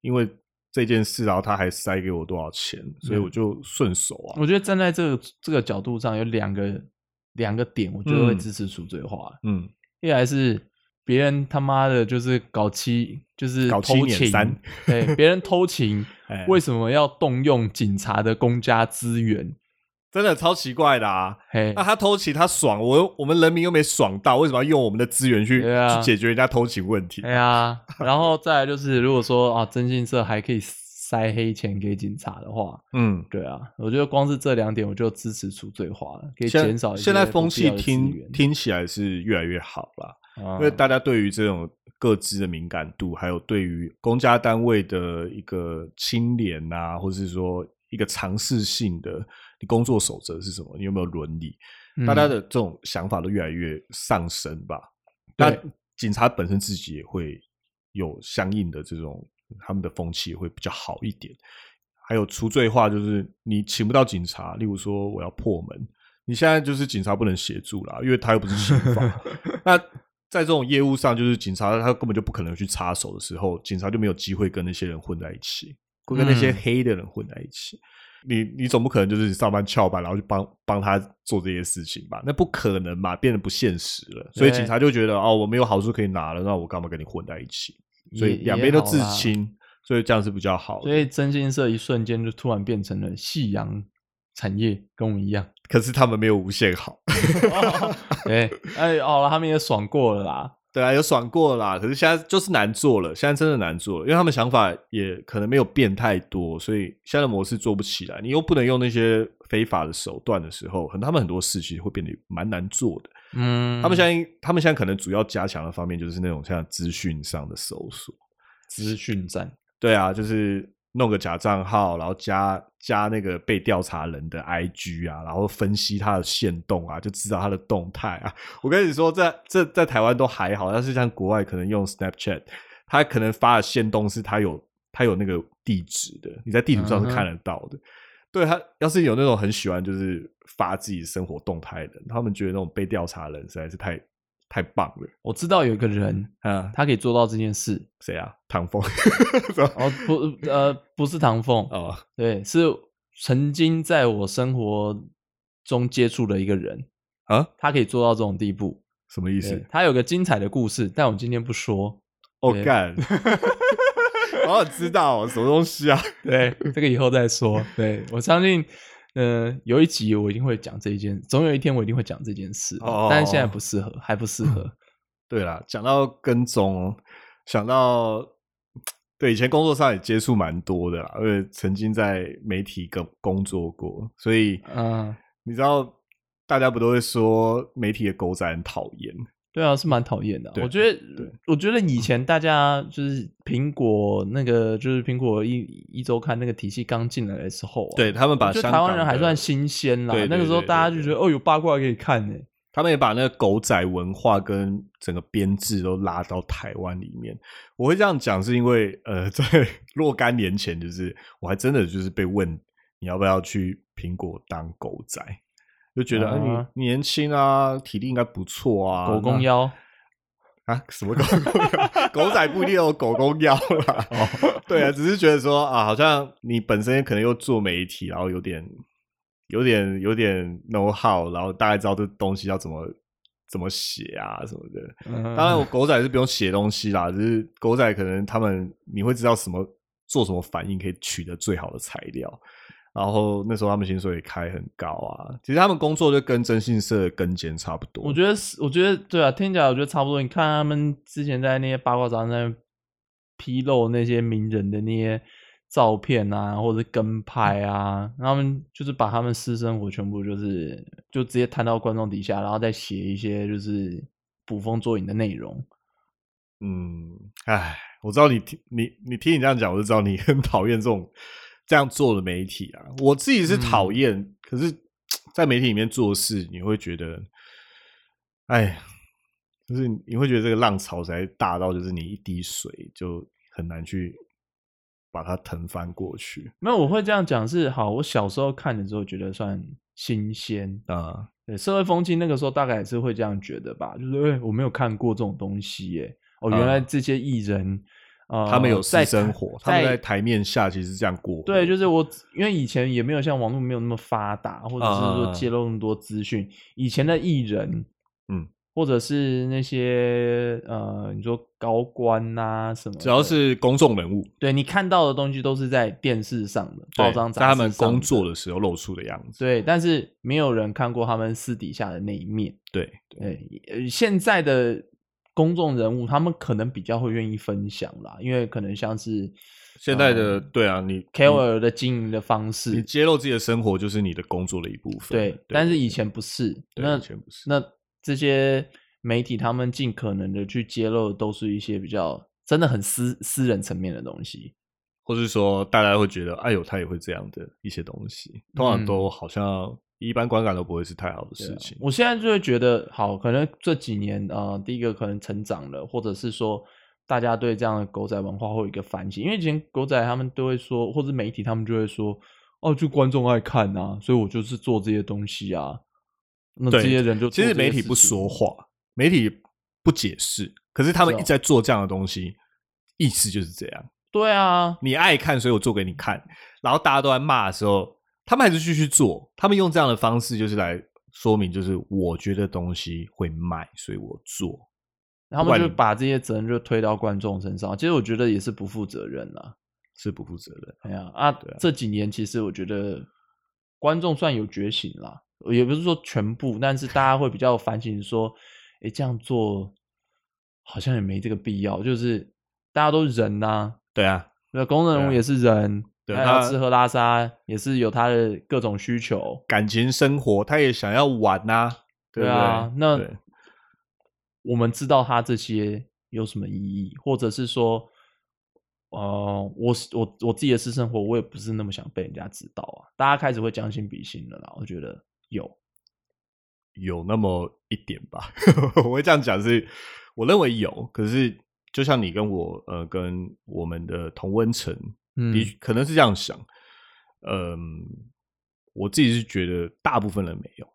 B: 因为这件事，然后她还塞给我多少钱，所以
A: 嗯
B: 我就顺手啊，
A: 我觉得站在这个这个角度上，有两个两个点，我觉得会
B: 嗯
A: 支持赎罪化。
B: 嗯
A: 一来是别人他妈的就是搞七，就是
B: 搞七
A: 偷
B: 捻
A: 情
B: 三，
A: 对，别人偷情
B: 哎，
A: 为什么要动用警察的公家资源？
B: 真的超奇怪的啊！
A: 嘿
B: 那，他偷情他爽，我又我们人民又没爽到，为什么要用我们的资源去、
A: 对啊
B: 去解决人家偷情问题？
A: 哎呀，然后再来就是，如果说啊，征信社还可以塞黑钱给警察的话，
B: 嗯，
A: 对啊，我觉得光是这两点我就支持除罪化了，可以
B: 现
A: 减少一些
B: 现在
A: 不
B: 风
A: 必
B: 气
A: 要的资
B: 听
A: 源
B: 听起来是越来越好啦，
A: 啊
B: 因为大家对于这种各自的敏感度，还有对于公家单位的一个清廉啊，或是说一个尝试性的你工作守则是什么，你有没有伦理，大家
A: 嗯
B: 的这种想法都越来越上升吧。那
A: 对
B: 警察本身自己也会有相应的这种他们的风气会比较好一点。还有除罪化，就是你请不到警察，例如说我要破门，你现在就是警察不能协助啦，因为他又不是 刑法。那在这种业务上，就是警察他根本就不可能去插手的时候，警察就没有机会跟那些人混在一起，会跟那些
A: 嗯
B: 黑的人混在一起。你你总不可能就是上班翘班，然后去帮帮他做这些事情吧？那不可能嘛，变得不现实了。所以
A: 对
B: 警察就觉得哦，我没有好处可以拿了，那我干嘛跟你混在一起？所以
A: 也
B: 两边都
A: 也好
B: 自
A: 啦
B: 清，所以这样是比较好的。
A: 所以征信社一瞬间就突然变成了夕阳产业，跟我们一样。
B: 可是他们没有无限好，
A: 对，哎，好了，他们也爽过了啦。
B: 对啊，有爽过啦。可是现在就是难做了，现在真的难做了，因为他们想法也可能没有变太多，所以现在的模式做不起来。你又不能用那些非法的手段的时候，很他们很多事情会变得蛮难做的。
A: 嗯，
B: 他们现在他们现在可能主要加强的方面就是那种像资讯上的搜索，
A: 资讯站，
B: 对啊，就是弄个假账号，然后加加那个被调查人的 IG 啊，然后分析他的线动啊，就知道他的动态啊。 我跟你说，在这在台湾都还好，但是像国外可能用 Snapchat，他可能发的线动是他有他有那个地址的，你在地图上
A: 嗯
B: 是
A: 哼
B: 看得到的。对他要是有那种很喜欢就是发自己生活动态的人，他们觉得那种被调查的人实在是太太棒了
A: 我知道有一个人，
B: 啊！
A: 他可以做到这件事。
B: 谁啊？唐风
A: 哦，不，呃，不是唐凤，
B: 哦，
A: 对，是曾经在我生活中接触的一个人，
B: 啊，
A: 他可以做到这种地步。
B: 什么意
A: 对
B: 思？
A: 他有个精彩的故事，但我今天不说。
B: 哦
A: 对
B: 干，我好想知道哦什么东西啊？
A: 对，这个以后再说。对我相信，呃，有一集我一定会讲这一件，总有一天我一定会讲这件事的。
B: 哦嗯
A: 但是现在不适合，还不适合。
B: 对啦，讲到跟踪，想到对以前工作上也接触蛮多的啦，因为曾经在媒体工工作过，所以
A: 嗯，
B: 你知道大家不都会说媒体的狗仔很讨厌，
A: 对啊，是蛮讨厌的啊。
B: 对
A: 我觉得
B: 对，
A: 我觉得以前大家就是苹果那个，就是苹果一一周刊那个体系刚进来的时候、啊，
B: 对他们把
A: 就
B: 香
A: 台湾
B: 港
A: 人还
B: 的
A: 算新鲜啦。
B: 对对
A: 那个时候
B: 对
A: 大家
B: 对
A: 就觉
B: 对
A: 得哦，有八卦可以看呢、
B: 他们也把那个狗仔文化跟整个编制都拉到台湾里面。我会这样讲，是因为呃，在 若干年前，就是我还真的就是被问你要不要去苹果当狗仔，就觉得、
A: 啊
B: 啊、你你年轻啊，体力应该不错啊，
A: 狗公
B: 那
A: 腰，
B: 啊，什么狗公腰？ 狗仔不一定有狗公腰啦。 对啊，只是觉得说啊，好像你本身可能又做媒体，然后有点、有点、有点 know how，然后大概知道这东西要怎么怎么写啊什么的。
A: 嗯
B: 当然，我狗仔是不用写东西啦，只是狗仔可能他们你会知道什么做什么反应可以取得最好的材料。然后那时候他们薪水也开很高啊，其实他们工作就跟征信社的跟监差不多。
A: 我觉得是，我觉得对啊，听起来我觉得差不多。你看他们之前在那些八卦杂志上面披露那些名人的那些照片啊，或者是跟拍啊，他们就是把他们私生活全部就是就直接摊到观众底下，然后再写一些就是捕风捉影的内容。
B: 嗯，唉，我知道你听你你听你这样讲，我就知道你 很讨厌这种这样做的媒体啊。我自己是
A: 嗯
B: 讨厌，可是，在媒体里面做事，你会觉得，哎，就是你会觉得这个浪潮才大到，就是你一滴水就很难去把它腾翻过去
A: 没有，我会这样讲是好。我小时候看的时候觉得算新鲜，
B: 啊。
A: 对社会风气那个时候大概也是会这样觉得吧，就是哎、欸我没有看过这种东西耶、哦，
B: 嗯
A: 原来这些艺人。呃，
B: 他们有私
A: 在
B: 生
A: 台
B: 活，他们在台面下其实是这样过活。
A: 对，就是我因为以前也没有像网络没有那么发达，或者是
B: 啊啊啊
A: 说揭露那么多资讯。以前的艺人，
B: 嗯，
A: 或者是那些呃，你说高官呐、什么的，
B: 只要是公众人物，
A: 对你看到的东西都是在电视上的报
B: 对
A: 章
B: 在
A: 杂志
B: 他们
A: 上
B: 工作
A: 的
B: 的时候露出的样子。
A: 对，但是没有人看过他们私底下的那一面。
B: 对对
A: 对，呃现在的公众人物，他们可能比较会愿意分享啦，因为可能像
B: 嗯
A: 是
B: 现在的
A: 嗯
B: 对啊，你
A: KOL 的经营的方
B: 你你
A: 式，
B: 揭露自己的生活就是你的工作的一部分。
A: 对，但是以前不是，
B: 对
A: 那
B: 以前不是。
A: 那这些媒体他们尽可能的去揭露，都是一些比较真的很私私人层面的东西。
B: 或是说大家会觉得，哎呦，他也会这样的一些东西，通常都好像一般观感都不会是太好的
A: 嗯对啊
B: 事情。
A: 我现在就会觉得，好，可能这几年啊、呃第一个可能成长了，或者是说大家对这样的狗仔文化会有一个反省，因为以前狗仔他们都会说，或者媒体他们就会说，哦，就观众爱看啊，所以我就是做这些东西啊。那这
B: 对
A: 些人就
B: 其
A: 做这些
B: 实媒体
A: 事
B: 不
A: 情啊
B: 说话，媒体不解释，可是他们
A: 是
B: 一
A: 哦
B: 直在做这样的东西，意思就是这样。
A: 对啊，
B: 你爱看，所以我做给你看。然后大家都在骂的时候，他们还是继续做，他们用这样的方式就是来说明，就是我觉得东西会卖，所以我做。
A: 他们
B: 不管
A: 就
B: 你
A: 把这些责任就推到观众身上，其实我觉得也是不负责任啊。
B: 是不负责任，
A: 哎呀啊，
B: 对啊
A: 这几年其实我觉得观众算有觉醒啦，呃也不是说全部，但是大家会比较反省说，哎，这样做好像也没这个必要，就是大家都是人呐、
B: 对啊，
A: 那工作人
B: 对
A: 物
B: 啊
A: 也是人，
B: 对
A: 他
B: 他
A: 要吃喝拉撒也是有他的各种需求，
B: 感情生活他也想要玩呐、对
A: 对
B: 不
A: 啊那
B: 对
A: 我们知道他这些有什么意义，或者是说，呃，我是我我自己的私生活，我也不是那么想被人家知道啊。大家开始会将心比心了啦，我觉得有，
B: 有那么一点吧， 我会这样讲是，我认为有，可是就像你跟我呃跟我们的同温层，
A: 嗯
B: 的、可能是这样想，嗯，我自己是觉得大部分人没有，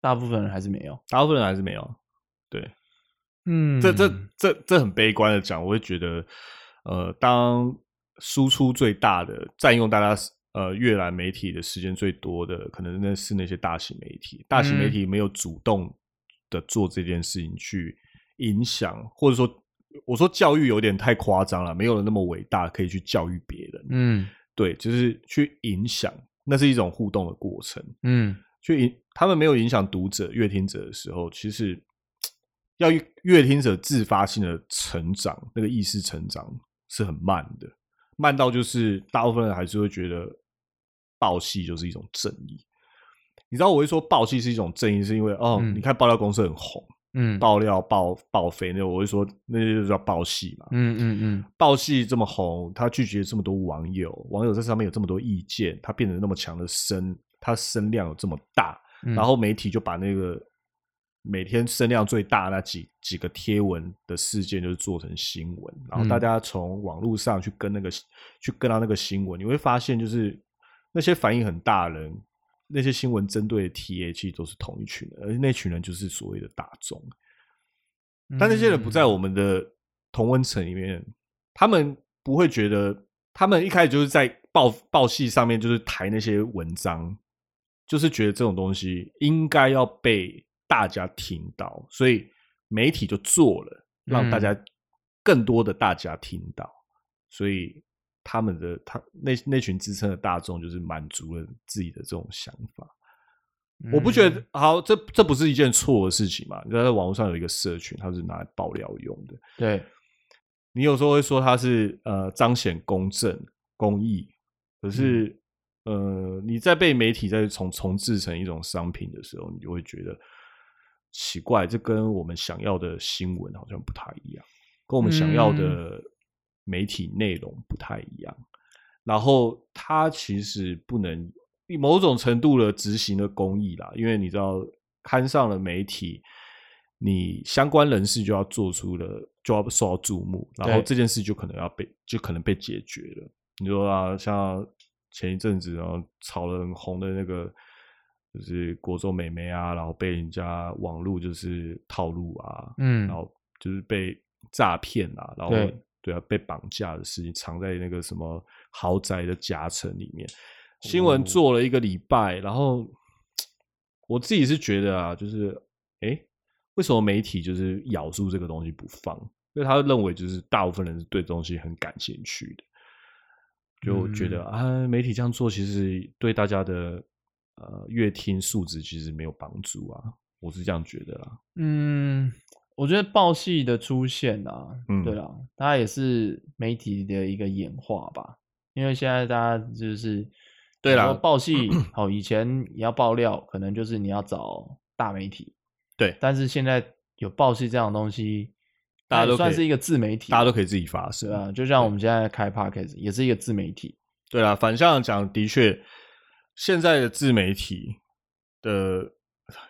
A: 大部分人还是没有。
B: 大部分人还是没有，对，
A: 嗯
B: 这这这这很悲观的讲，我会觉得，呃，当输出最大的、占用大家呃阅览媒体的时间最多的，可能那是那些大型媒体。大
A: 嗯
B: 型媒体没有主动的做这件事情去影响，或者说，我说教育有点太夸张了，没有人那么伟大可以去教育别人。
A: 嗯
B: 对，就是去影响，那是一种互动的过程。
A: 嗯
B: 去影他们没有影响读者、阅听者的时候，其实要阅阅听者自发性的成长，那个意识成长是很慢的，慢到就是大部分人还是会觉得报系就是一种正义。你知道我会说报系是一种正义，是因为哦，
A: 嗯
B: 你看爆料公司很红，
A: 嗯
B: 爆料报报废，那我会说那就叫报系嘛。
A: 嗯嗯嗯
B: 报系这么红，他拒绝这么多网友，网友在上面有这么多意见，他变得那么强的声，他声量有这么大，
A: 嗯，
B: 然后媒体就把那个每天声量最大那几几个贴文的事件，就是做成新闻，然后大
A: 嗯
B: 家从网络上去跟那个去跟到那个新闻，你会发现就是那些反应很大的人，那些新闻针对的 TA 其实都是同一群人，而那群人就是所谓的大众，
A: 嗯
B: 但那些人不在我们的同温层里面，他们不会觉得，他们一开始就是在报报系上面就是抬那些文章，就是觉得这种东西应该要被大家听到，所以媒体就做了，让大家更多的大家听到，所以他们的他那那群支撑的大众就是满足了自己的这种想法。
A: 嗯
B: 我不觉得好，这这不是一件错的事情嘛？你知道在网络上有一个社群，它是拿来爆料用的。
A: 对，
B: 你有时候会说它是呃彰显公正公义，可是、呃你在被媒体再重重制成一种商品的时候，你就会觉得奇怪，这跟我们想要的新闻好像不太一样，跟我们想要的媒体内容不太一样。然后它其实不能某种程度的执行了公益啦，因为你知道看上了媒体，你相关人士就要做出了就要受到注目，然后
A: 对
B: 这件事就可能要被就可能被解决了。你说啊，像前一阵子然后炒得很红的那个。就是国中美眉啊，然后被人家网路就是套路啊，
A: 嗯
B: 然后就是被诈骗啊，然后
A: 对
B: 对啊被绑架的事情藏在那个什么豪宅的夹层里面。新
A: 哦
B: 闻做了一个礼拜，然后我自己是觉得啊，就是诶，为什么媒体就是咬住这个东西不放？因为他认为就是大部分人是对这东西很感兴趣的，就觉得、
A: 嗯
B: 啊，媒体这样做其实对大家的呃乐听素质其实没有帮助啊，我是这样觉得啦。
A: 嗯，我觉得报系的出现啊，
B: 嗯
A: 对啦，它也是媒体的一个演化吧。因为现在大家就是
B: 对啦
A: 说报 系哦，以前你要爆料，可能就是你要找大媒体，
B: 对
A: 但是现在有报系这样的东西，
B: 大家
A: 它也
B: 都可
A: 算
B: 以
A: 是一个自媒体，
B: 大家都可以自己发声
A: 对啊，就像我们现在开 podcast 也是一个自媒体，
B: 对啦，反向讲，的确，现在的自媒体的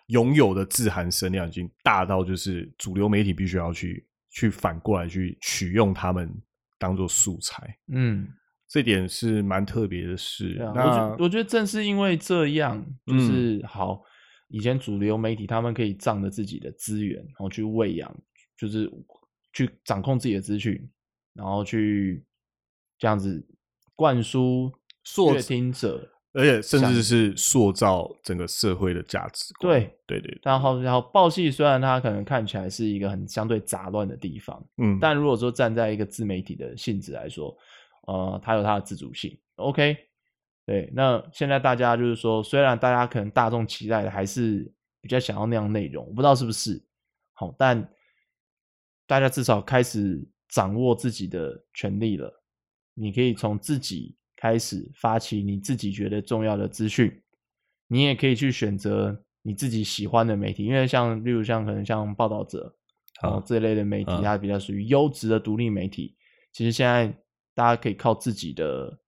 B: 拥有的自含声量已经大到，就是主流媒体必须要去去反过来去取用他们当做素材，
A: 嗯，
B: 这点是蛮特别的事。
A: 对啊，我
B: 那
A: 觉我觉得正是因为这样，就是、好，以前主流媒体他们可以仗着自己的资源，然后去喂养，就是去掌控自己的资讯，然后去这样子灌输
B: 塑
A: 乐听者，
B: 而且甚至是塑造整个社会的价值观。
A: 对，
B: 对对，
A: 然后然后报系虽然它可能看起来是一个很相对杂乱的地方，
B: 嗯，
A: 但如果说站在一个自媒体的性质来说，呃，它有它的自主性，OK。对，那现在大家就是说，虽然大家可能大众期待的还是比较想要那样内容，我不知道是不是好，但大家至少开始掌握自己的权利了。你可以从自己开始发起你自己觉得重要的资讯，你也可以去选择你自己喜欢的媒体，因为像例如像可能像报道者，
B: 好
A: 哦这类的媒体，
B: 嗯
A: 它比较属于优质的独立媒体。其实现在大家可以靠自己的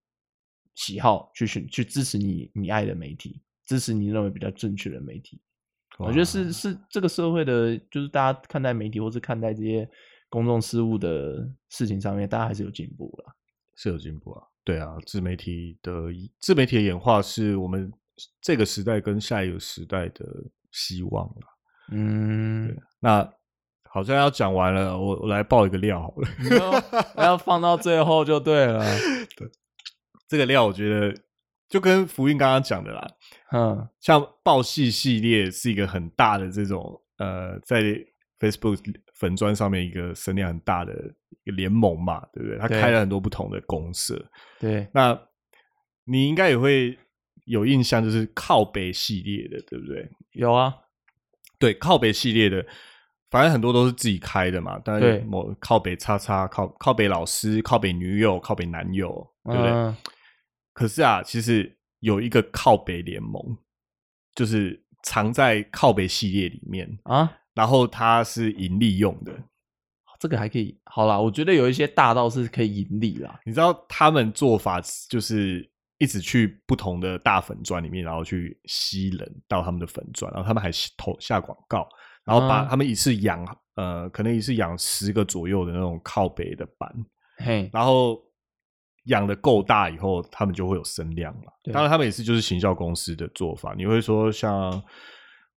A: 喜好去选去支持你你爱的媒体，支持你认为比较正确的媒体。我觉得是是这个社会的，就是大家看待媒体或是看待这些公众事务的事情上面，大家还是有进步了。
B: 是有进步啊。对啊，自媒体的自媒体的演化是我们这个时代跟下一个时代的希望啦。
A: 嗯，
B: 那好像要讲完了，我我来爆一个料好了。
A: 你就啊 要放到最后就对了。
B: 这个料我觉得就跟福运刚刚讲的啦，
A: 嗯
B: 像爆戏系列是一个很大的这种呃，在 Facebook 粉砖上面一个声量很大的一个联盟嘛，对不对？他
A: 对
B: 开了很多不同的公社，
A: 对，
B: 那你应该也会有印象，就是靠北系列的，对不对？
A: 有啊，
B: 对靠北系列的，反正很多都是自己开的嘛。但
A: 对
B: 是某靠北叉叉、靠靠北老师、靠北女友、靠北男友，对不对？
A: 嗯
B: 可是啊，其实有一个靠北联盟，就是藏在靠北系列里面，
A: 啊，
B: 然后它是盈利用的。
A: 这个还可以。好啦，我觉得有一些大道是可以盈利啦。
B: 你知道他们做法就是一直去不同的大粉砖里面，然后去吸人到他们的粉砖，然后他们还投下广告，然后把
A: 嗯
B: 他们一次养、呃，可能一次养十个左右的那种靠北的版，
A: 嘿，
B: 然后养的够大以后，他们就会有声量了
A: 对。
B: 当然，他们也是就是行销公司的做法。你会说像，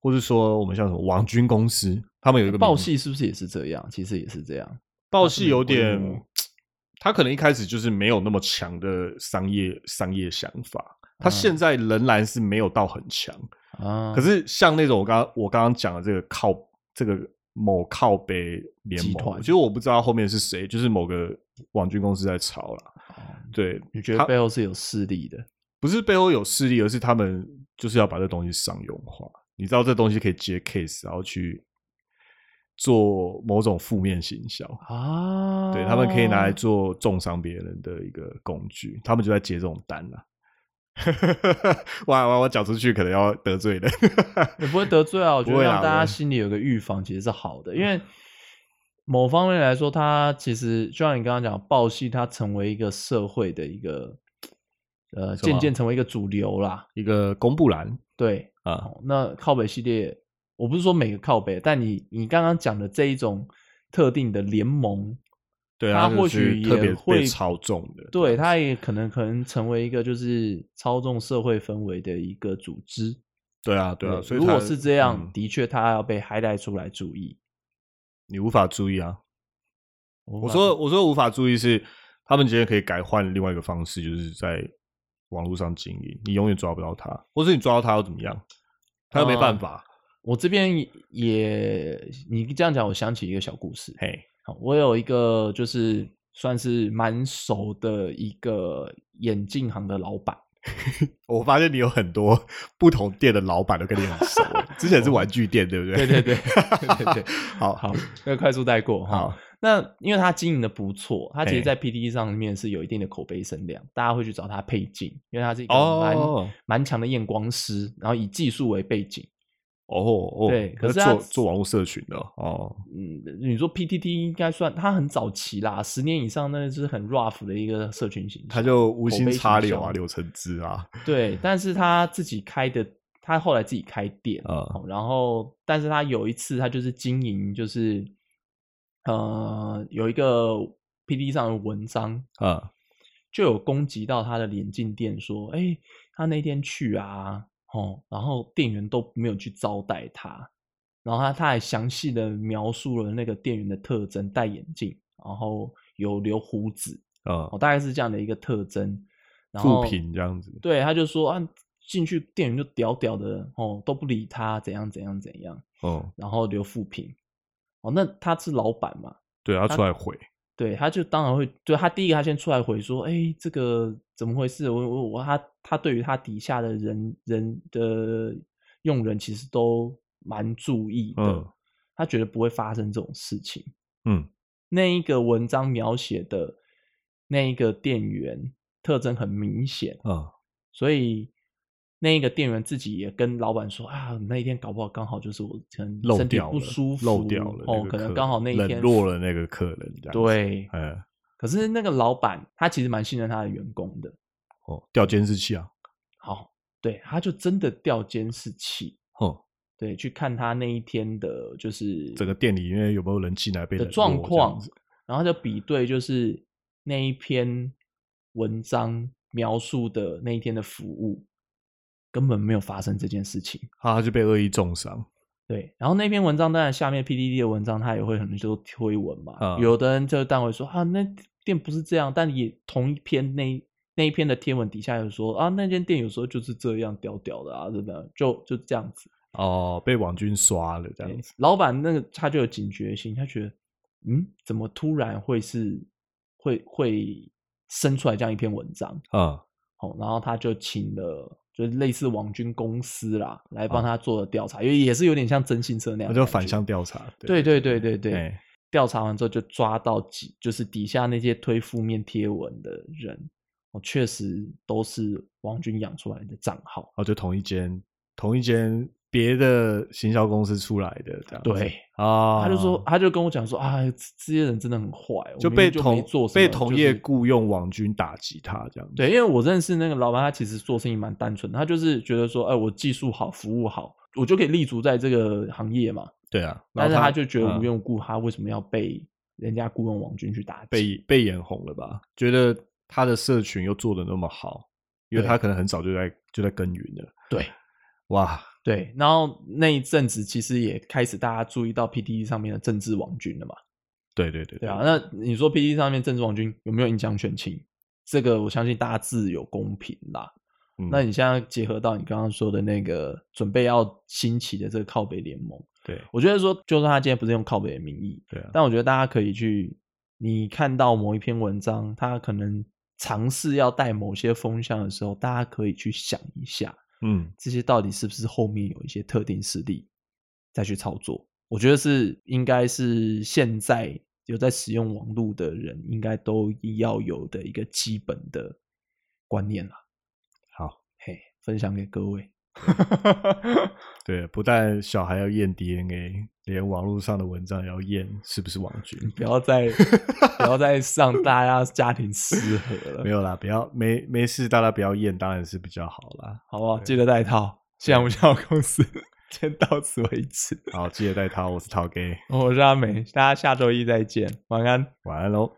B: 或是说我们像什么王军公司，他们有一个
A: 报
B: 名字
A: 系是不是也是这样？其实也是这样。
B: 报系有
A: 它是美国的
B: 点，他可能一开始就是没有那么强的商业商业想法，
A: 嗯
B: 他现在仍然是没有到很强。
A: 啊，
B: 可是像那种我刚我刚刚讲的这个靠这个某靠北联
A: 集
B: 盟，
A: 团
B: 其实我不知道后面是谁，就是某个网军公司在炒了。
A: 哦
B: 对，
A: 你觉得
B: 他
A: 背后是有势力的？
B: 不是背后有势力，而是他们就是要把这东西商用化。你知道这东西可以接 case，然后去做某种负面行销。
A: 啊，
B: 对他们可以拿来做重伤别人的一个工具，他们就在接这种单啦、 哇哇！我讲出去可能要得罪人。
A: 也不会得罪啊。我觉
B: 不
A: 得
B: 会啦
A: 让大
B: 不
A: 家
B: 会
A: 心里有个预防，其实是好的，因为某方面来说，它其实就像你刚刚讲，报系它成为一个社会的一个呃，
B: 什么
A: 渐渐成为一个主流啦。
B: 一个公布栏
A: 对，
B: 啊，
A: 好那靠北系列，我不是说每个靠北，但你你刚刚讲的这一种特定的联盟，
B: 对
A: 它
B: 啊，
A: 或许
B: 就是特
A: 也
B: 别
A: 会
B: 被操纵的，
A: 对，它也可能可能成为一个就是操纵社会氛围的一个组织。
B: 对啊，对啊。所以
A: 如果
B: 它
A: 是这样，
B: 嗯
A: 的确它要被 highlight 出来注意。
B: 你无法注意啊。
A: 我
B: 我说我说无法注意是，他们今天可以改换另外一个方式，就是在网络上经营，你永远抓不到他，或是你抓到他又怎么样？他又没
A: 啊
B: 办法。
A: 我这边也，你这样讲，我想起一个小故事。
B: 嘿，
A: 好，我有一个就是算是蛮熟的一个眼镜行的老板，
B: 我发现你有很多 不同店的老板都跟你很 熟，之前是玩具店，对不
A: 对
B: 对？
A: 对对对对对，
B: 好
A: 好，那快速带过哈。
B: 好，
A: 那因为他经营的不错，他其
B: 嘿
A: 实在 PDE 上面是有一定的口碑声量，大家会去找他配镜，因为他是一个蛮、
B: 哦
A: 蛮强的验光师，然后以技术为背景。
B: 哦哦，
A: 对可是
B: 那
A: 他
B: 做做网络社群的哦，
A: 嗯，你说 PTT 应该算他很早期啦，十年以上那是很 rough 的一个社群形象。
B: 他就无心插柳
A: 口
B: 啊，
A: 碑
B: 柳橙汁啊，
A: 对，但是他自己开的，他后来自己开店，
B: 啊
A: 哦然后但是他有一次他就是经营，就是呃有一个 PTT 上的文章，
B: 啊
A: 就有攻击到他的眼镜店，说，哎、他那天去啊，哦，然后店员都没有去招待他，然后他他还详细的描述了那个店员的特征，戴眼镜，然后有留胡子，
B: 啊
A: 哦，，大概是这样的一个特征，然后
B: 负评这样子，
A: 对，他就说啊，进去店员就屌屌的，哦，都不理他，怎样怎样怎样，
B: 哦，
A: 然后留负评，哦，那他是老板嘛，
B: 对，他出来回，
A: 对，他就当然会，对他第一个他先出来回说，哎，这个怎么回事？我我我他他对于他底下的人人的用人其实都蛮注意的，
B: 嗯
A: 他觉得不会发生这种事情。
B: 嗯
A: 那一个文章描写的那一个店员特征很明显，
B: 啊
A: 所以那一个店员自己也跟老板说啊，那一天搞不好刚好就是我可能
B: 漏
A: 身体
B: 掉
A: 不
B: 了，
A: 舒服，
B: 漏掉了那
A: 哦
B: 个客人，，
A: 可能刚好那一天
B: 冷落了那个客人，这样子，
A: 对，
B: 嗯，
A: 可是那个老板他其实蛮信任他的员工的，
B: 哦，调监视器啊，
A: 好，对，他就真的调监视器，
B: 哦，
A: 对，去看他那一天的，就是
B: 整个店里面有没有人进来被
A: 的
B: 冷落
A: 状
B: 这
A: 况
B: 样子，
A: 然后就比对就是那一篇文章描述的那一天的服务根本没有发生这件事情，
B: 啊他就被恶意重伤，
A: 对，然后那篇文章当然下面 PDD 的文章，他也会很多就推文嘛。
B: 啊
A: 有的人就当然会说啊，那店不是这样，但也同一篇那一那一篇的贴文底下有说啊，那间店有时候就是这样屌屌的啊，真的就就这样子。
B: 哦，被网军刷了这样
A: 对
B: 子，
A: 老板那个他就有警觉性，他觉得嗯，怎么突然会是会会生出来这样一篇文章？
B: 啊，
A: 哦，然后他就请了。就是类似网军公司啦，来帮他做了调查，因为也是有点像征信社那样的感
B: 那
A: 觉，
B: 嗯就反向调查，
A: 对对对对对，
B: 哎
A: 调查完之后就抓到几，就是底下那些推负面贴文的人，哦，确实都是王军养出来的账号。
B: 然后就同一间同一间别的行销公司出来的这样子，
A: 对，
B: 啊，
A: 他就说，他就跟我讲说啊，这这些人真的很坏，我
B: 就
A: 明
B: 被
A: 明就没
B: 同
A: 做什
B: 被
A: 么
B: 同
A: 就是
B: 业雇佣网军打击他这样子，
A: 对，因为我认识那个老板，他其实做生意蛮单纯的，他就是觉得说，哎，我技术好，服务好，我就可以立足在这个行业嘛。
B: 对啊，然
A: 但
B: 后
A: 是他就觉得
B: 嗯
A: 无缘无故，他为什么要被人家雇佣王军去打击？
B: 被被眼红了吧？觉得他的社群又做的那么好，因为
A: 对
B: 他可能很早就在就在耕耘了，
A: 对，
B: 哇，
A: 对，然后那一阵子其实也开始大家注意到 PTE 上面的政治网军了嘛，
B: 对对对
A: 对啊，，那你说 PTE 上面政治网军有没有影响选情？这个我相信大家自有公平啦。
B: 嗯
A: 那你现在结合到你刚刚说的那个准备要兴起的这个靠北联盟，
B: 对
A: 我觉得说，就算他今天不是用靠北的名义，
B: 对啊，
A: 但我觉得大家可以去，你看到某一篇文章，他可能尝试要带某些风向的时候，大家可以去想一下，
B: 嗯，
A: 这些到底是不是后面有一些特定势力再去操作？我觉得是应该是现在有在使用网络的人应该都要有的一个基本的观念啦。
B: 好，
A: 嘿，分享给各位。
B: 对，不但小孩要验 DNA，连网络上的文章也要验是不是网军。
A: 不要再不要再上大家家庭失和了，
B: 没有啦，不要没没事，大家不要验，当然是比较好啦。
A: 好不好？记得带套。现在我们小公司 先到此为止。
B: 好，记得带套，我是陶 gay，
A: 我是阿美，大家下周一再见，晚安。
B: 晚安喽。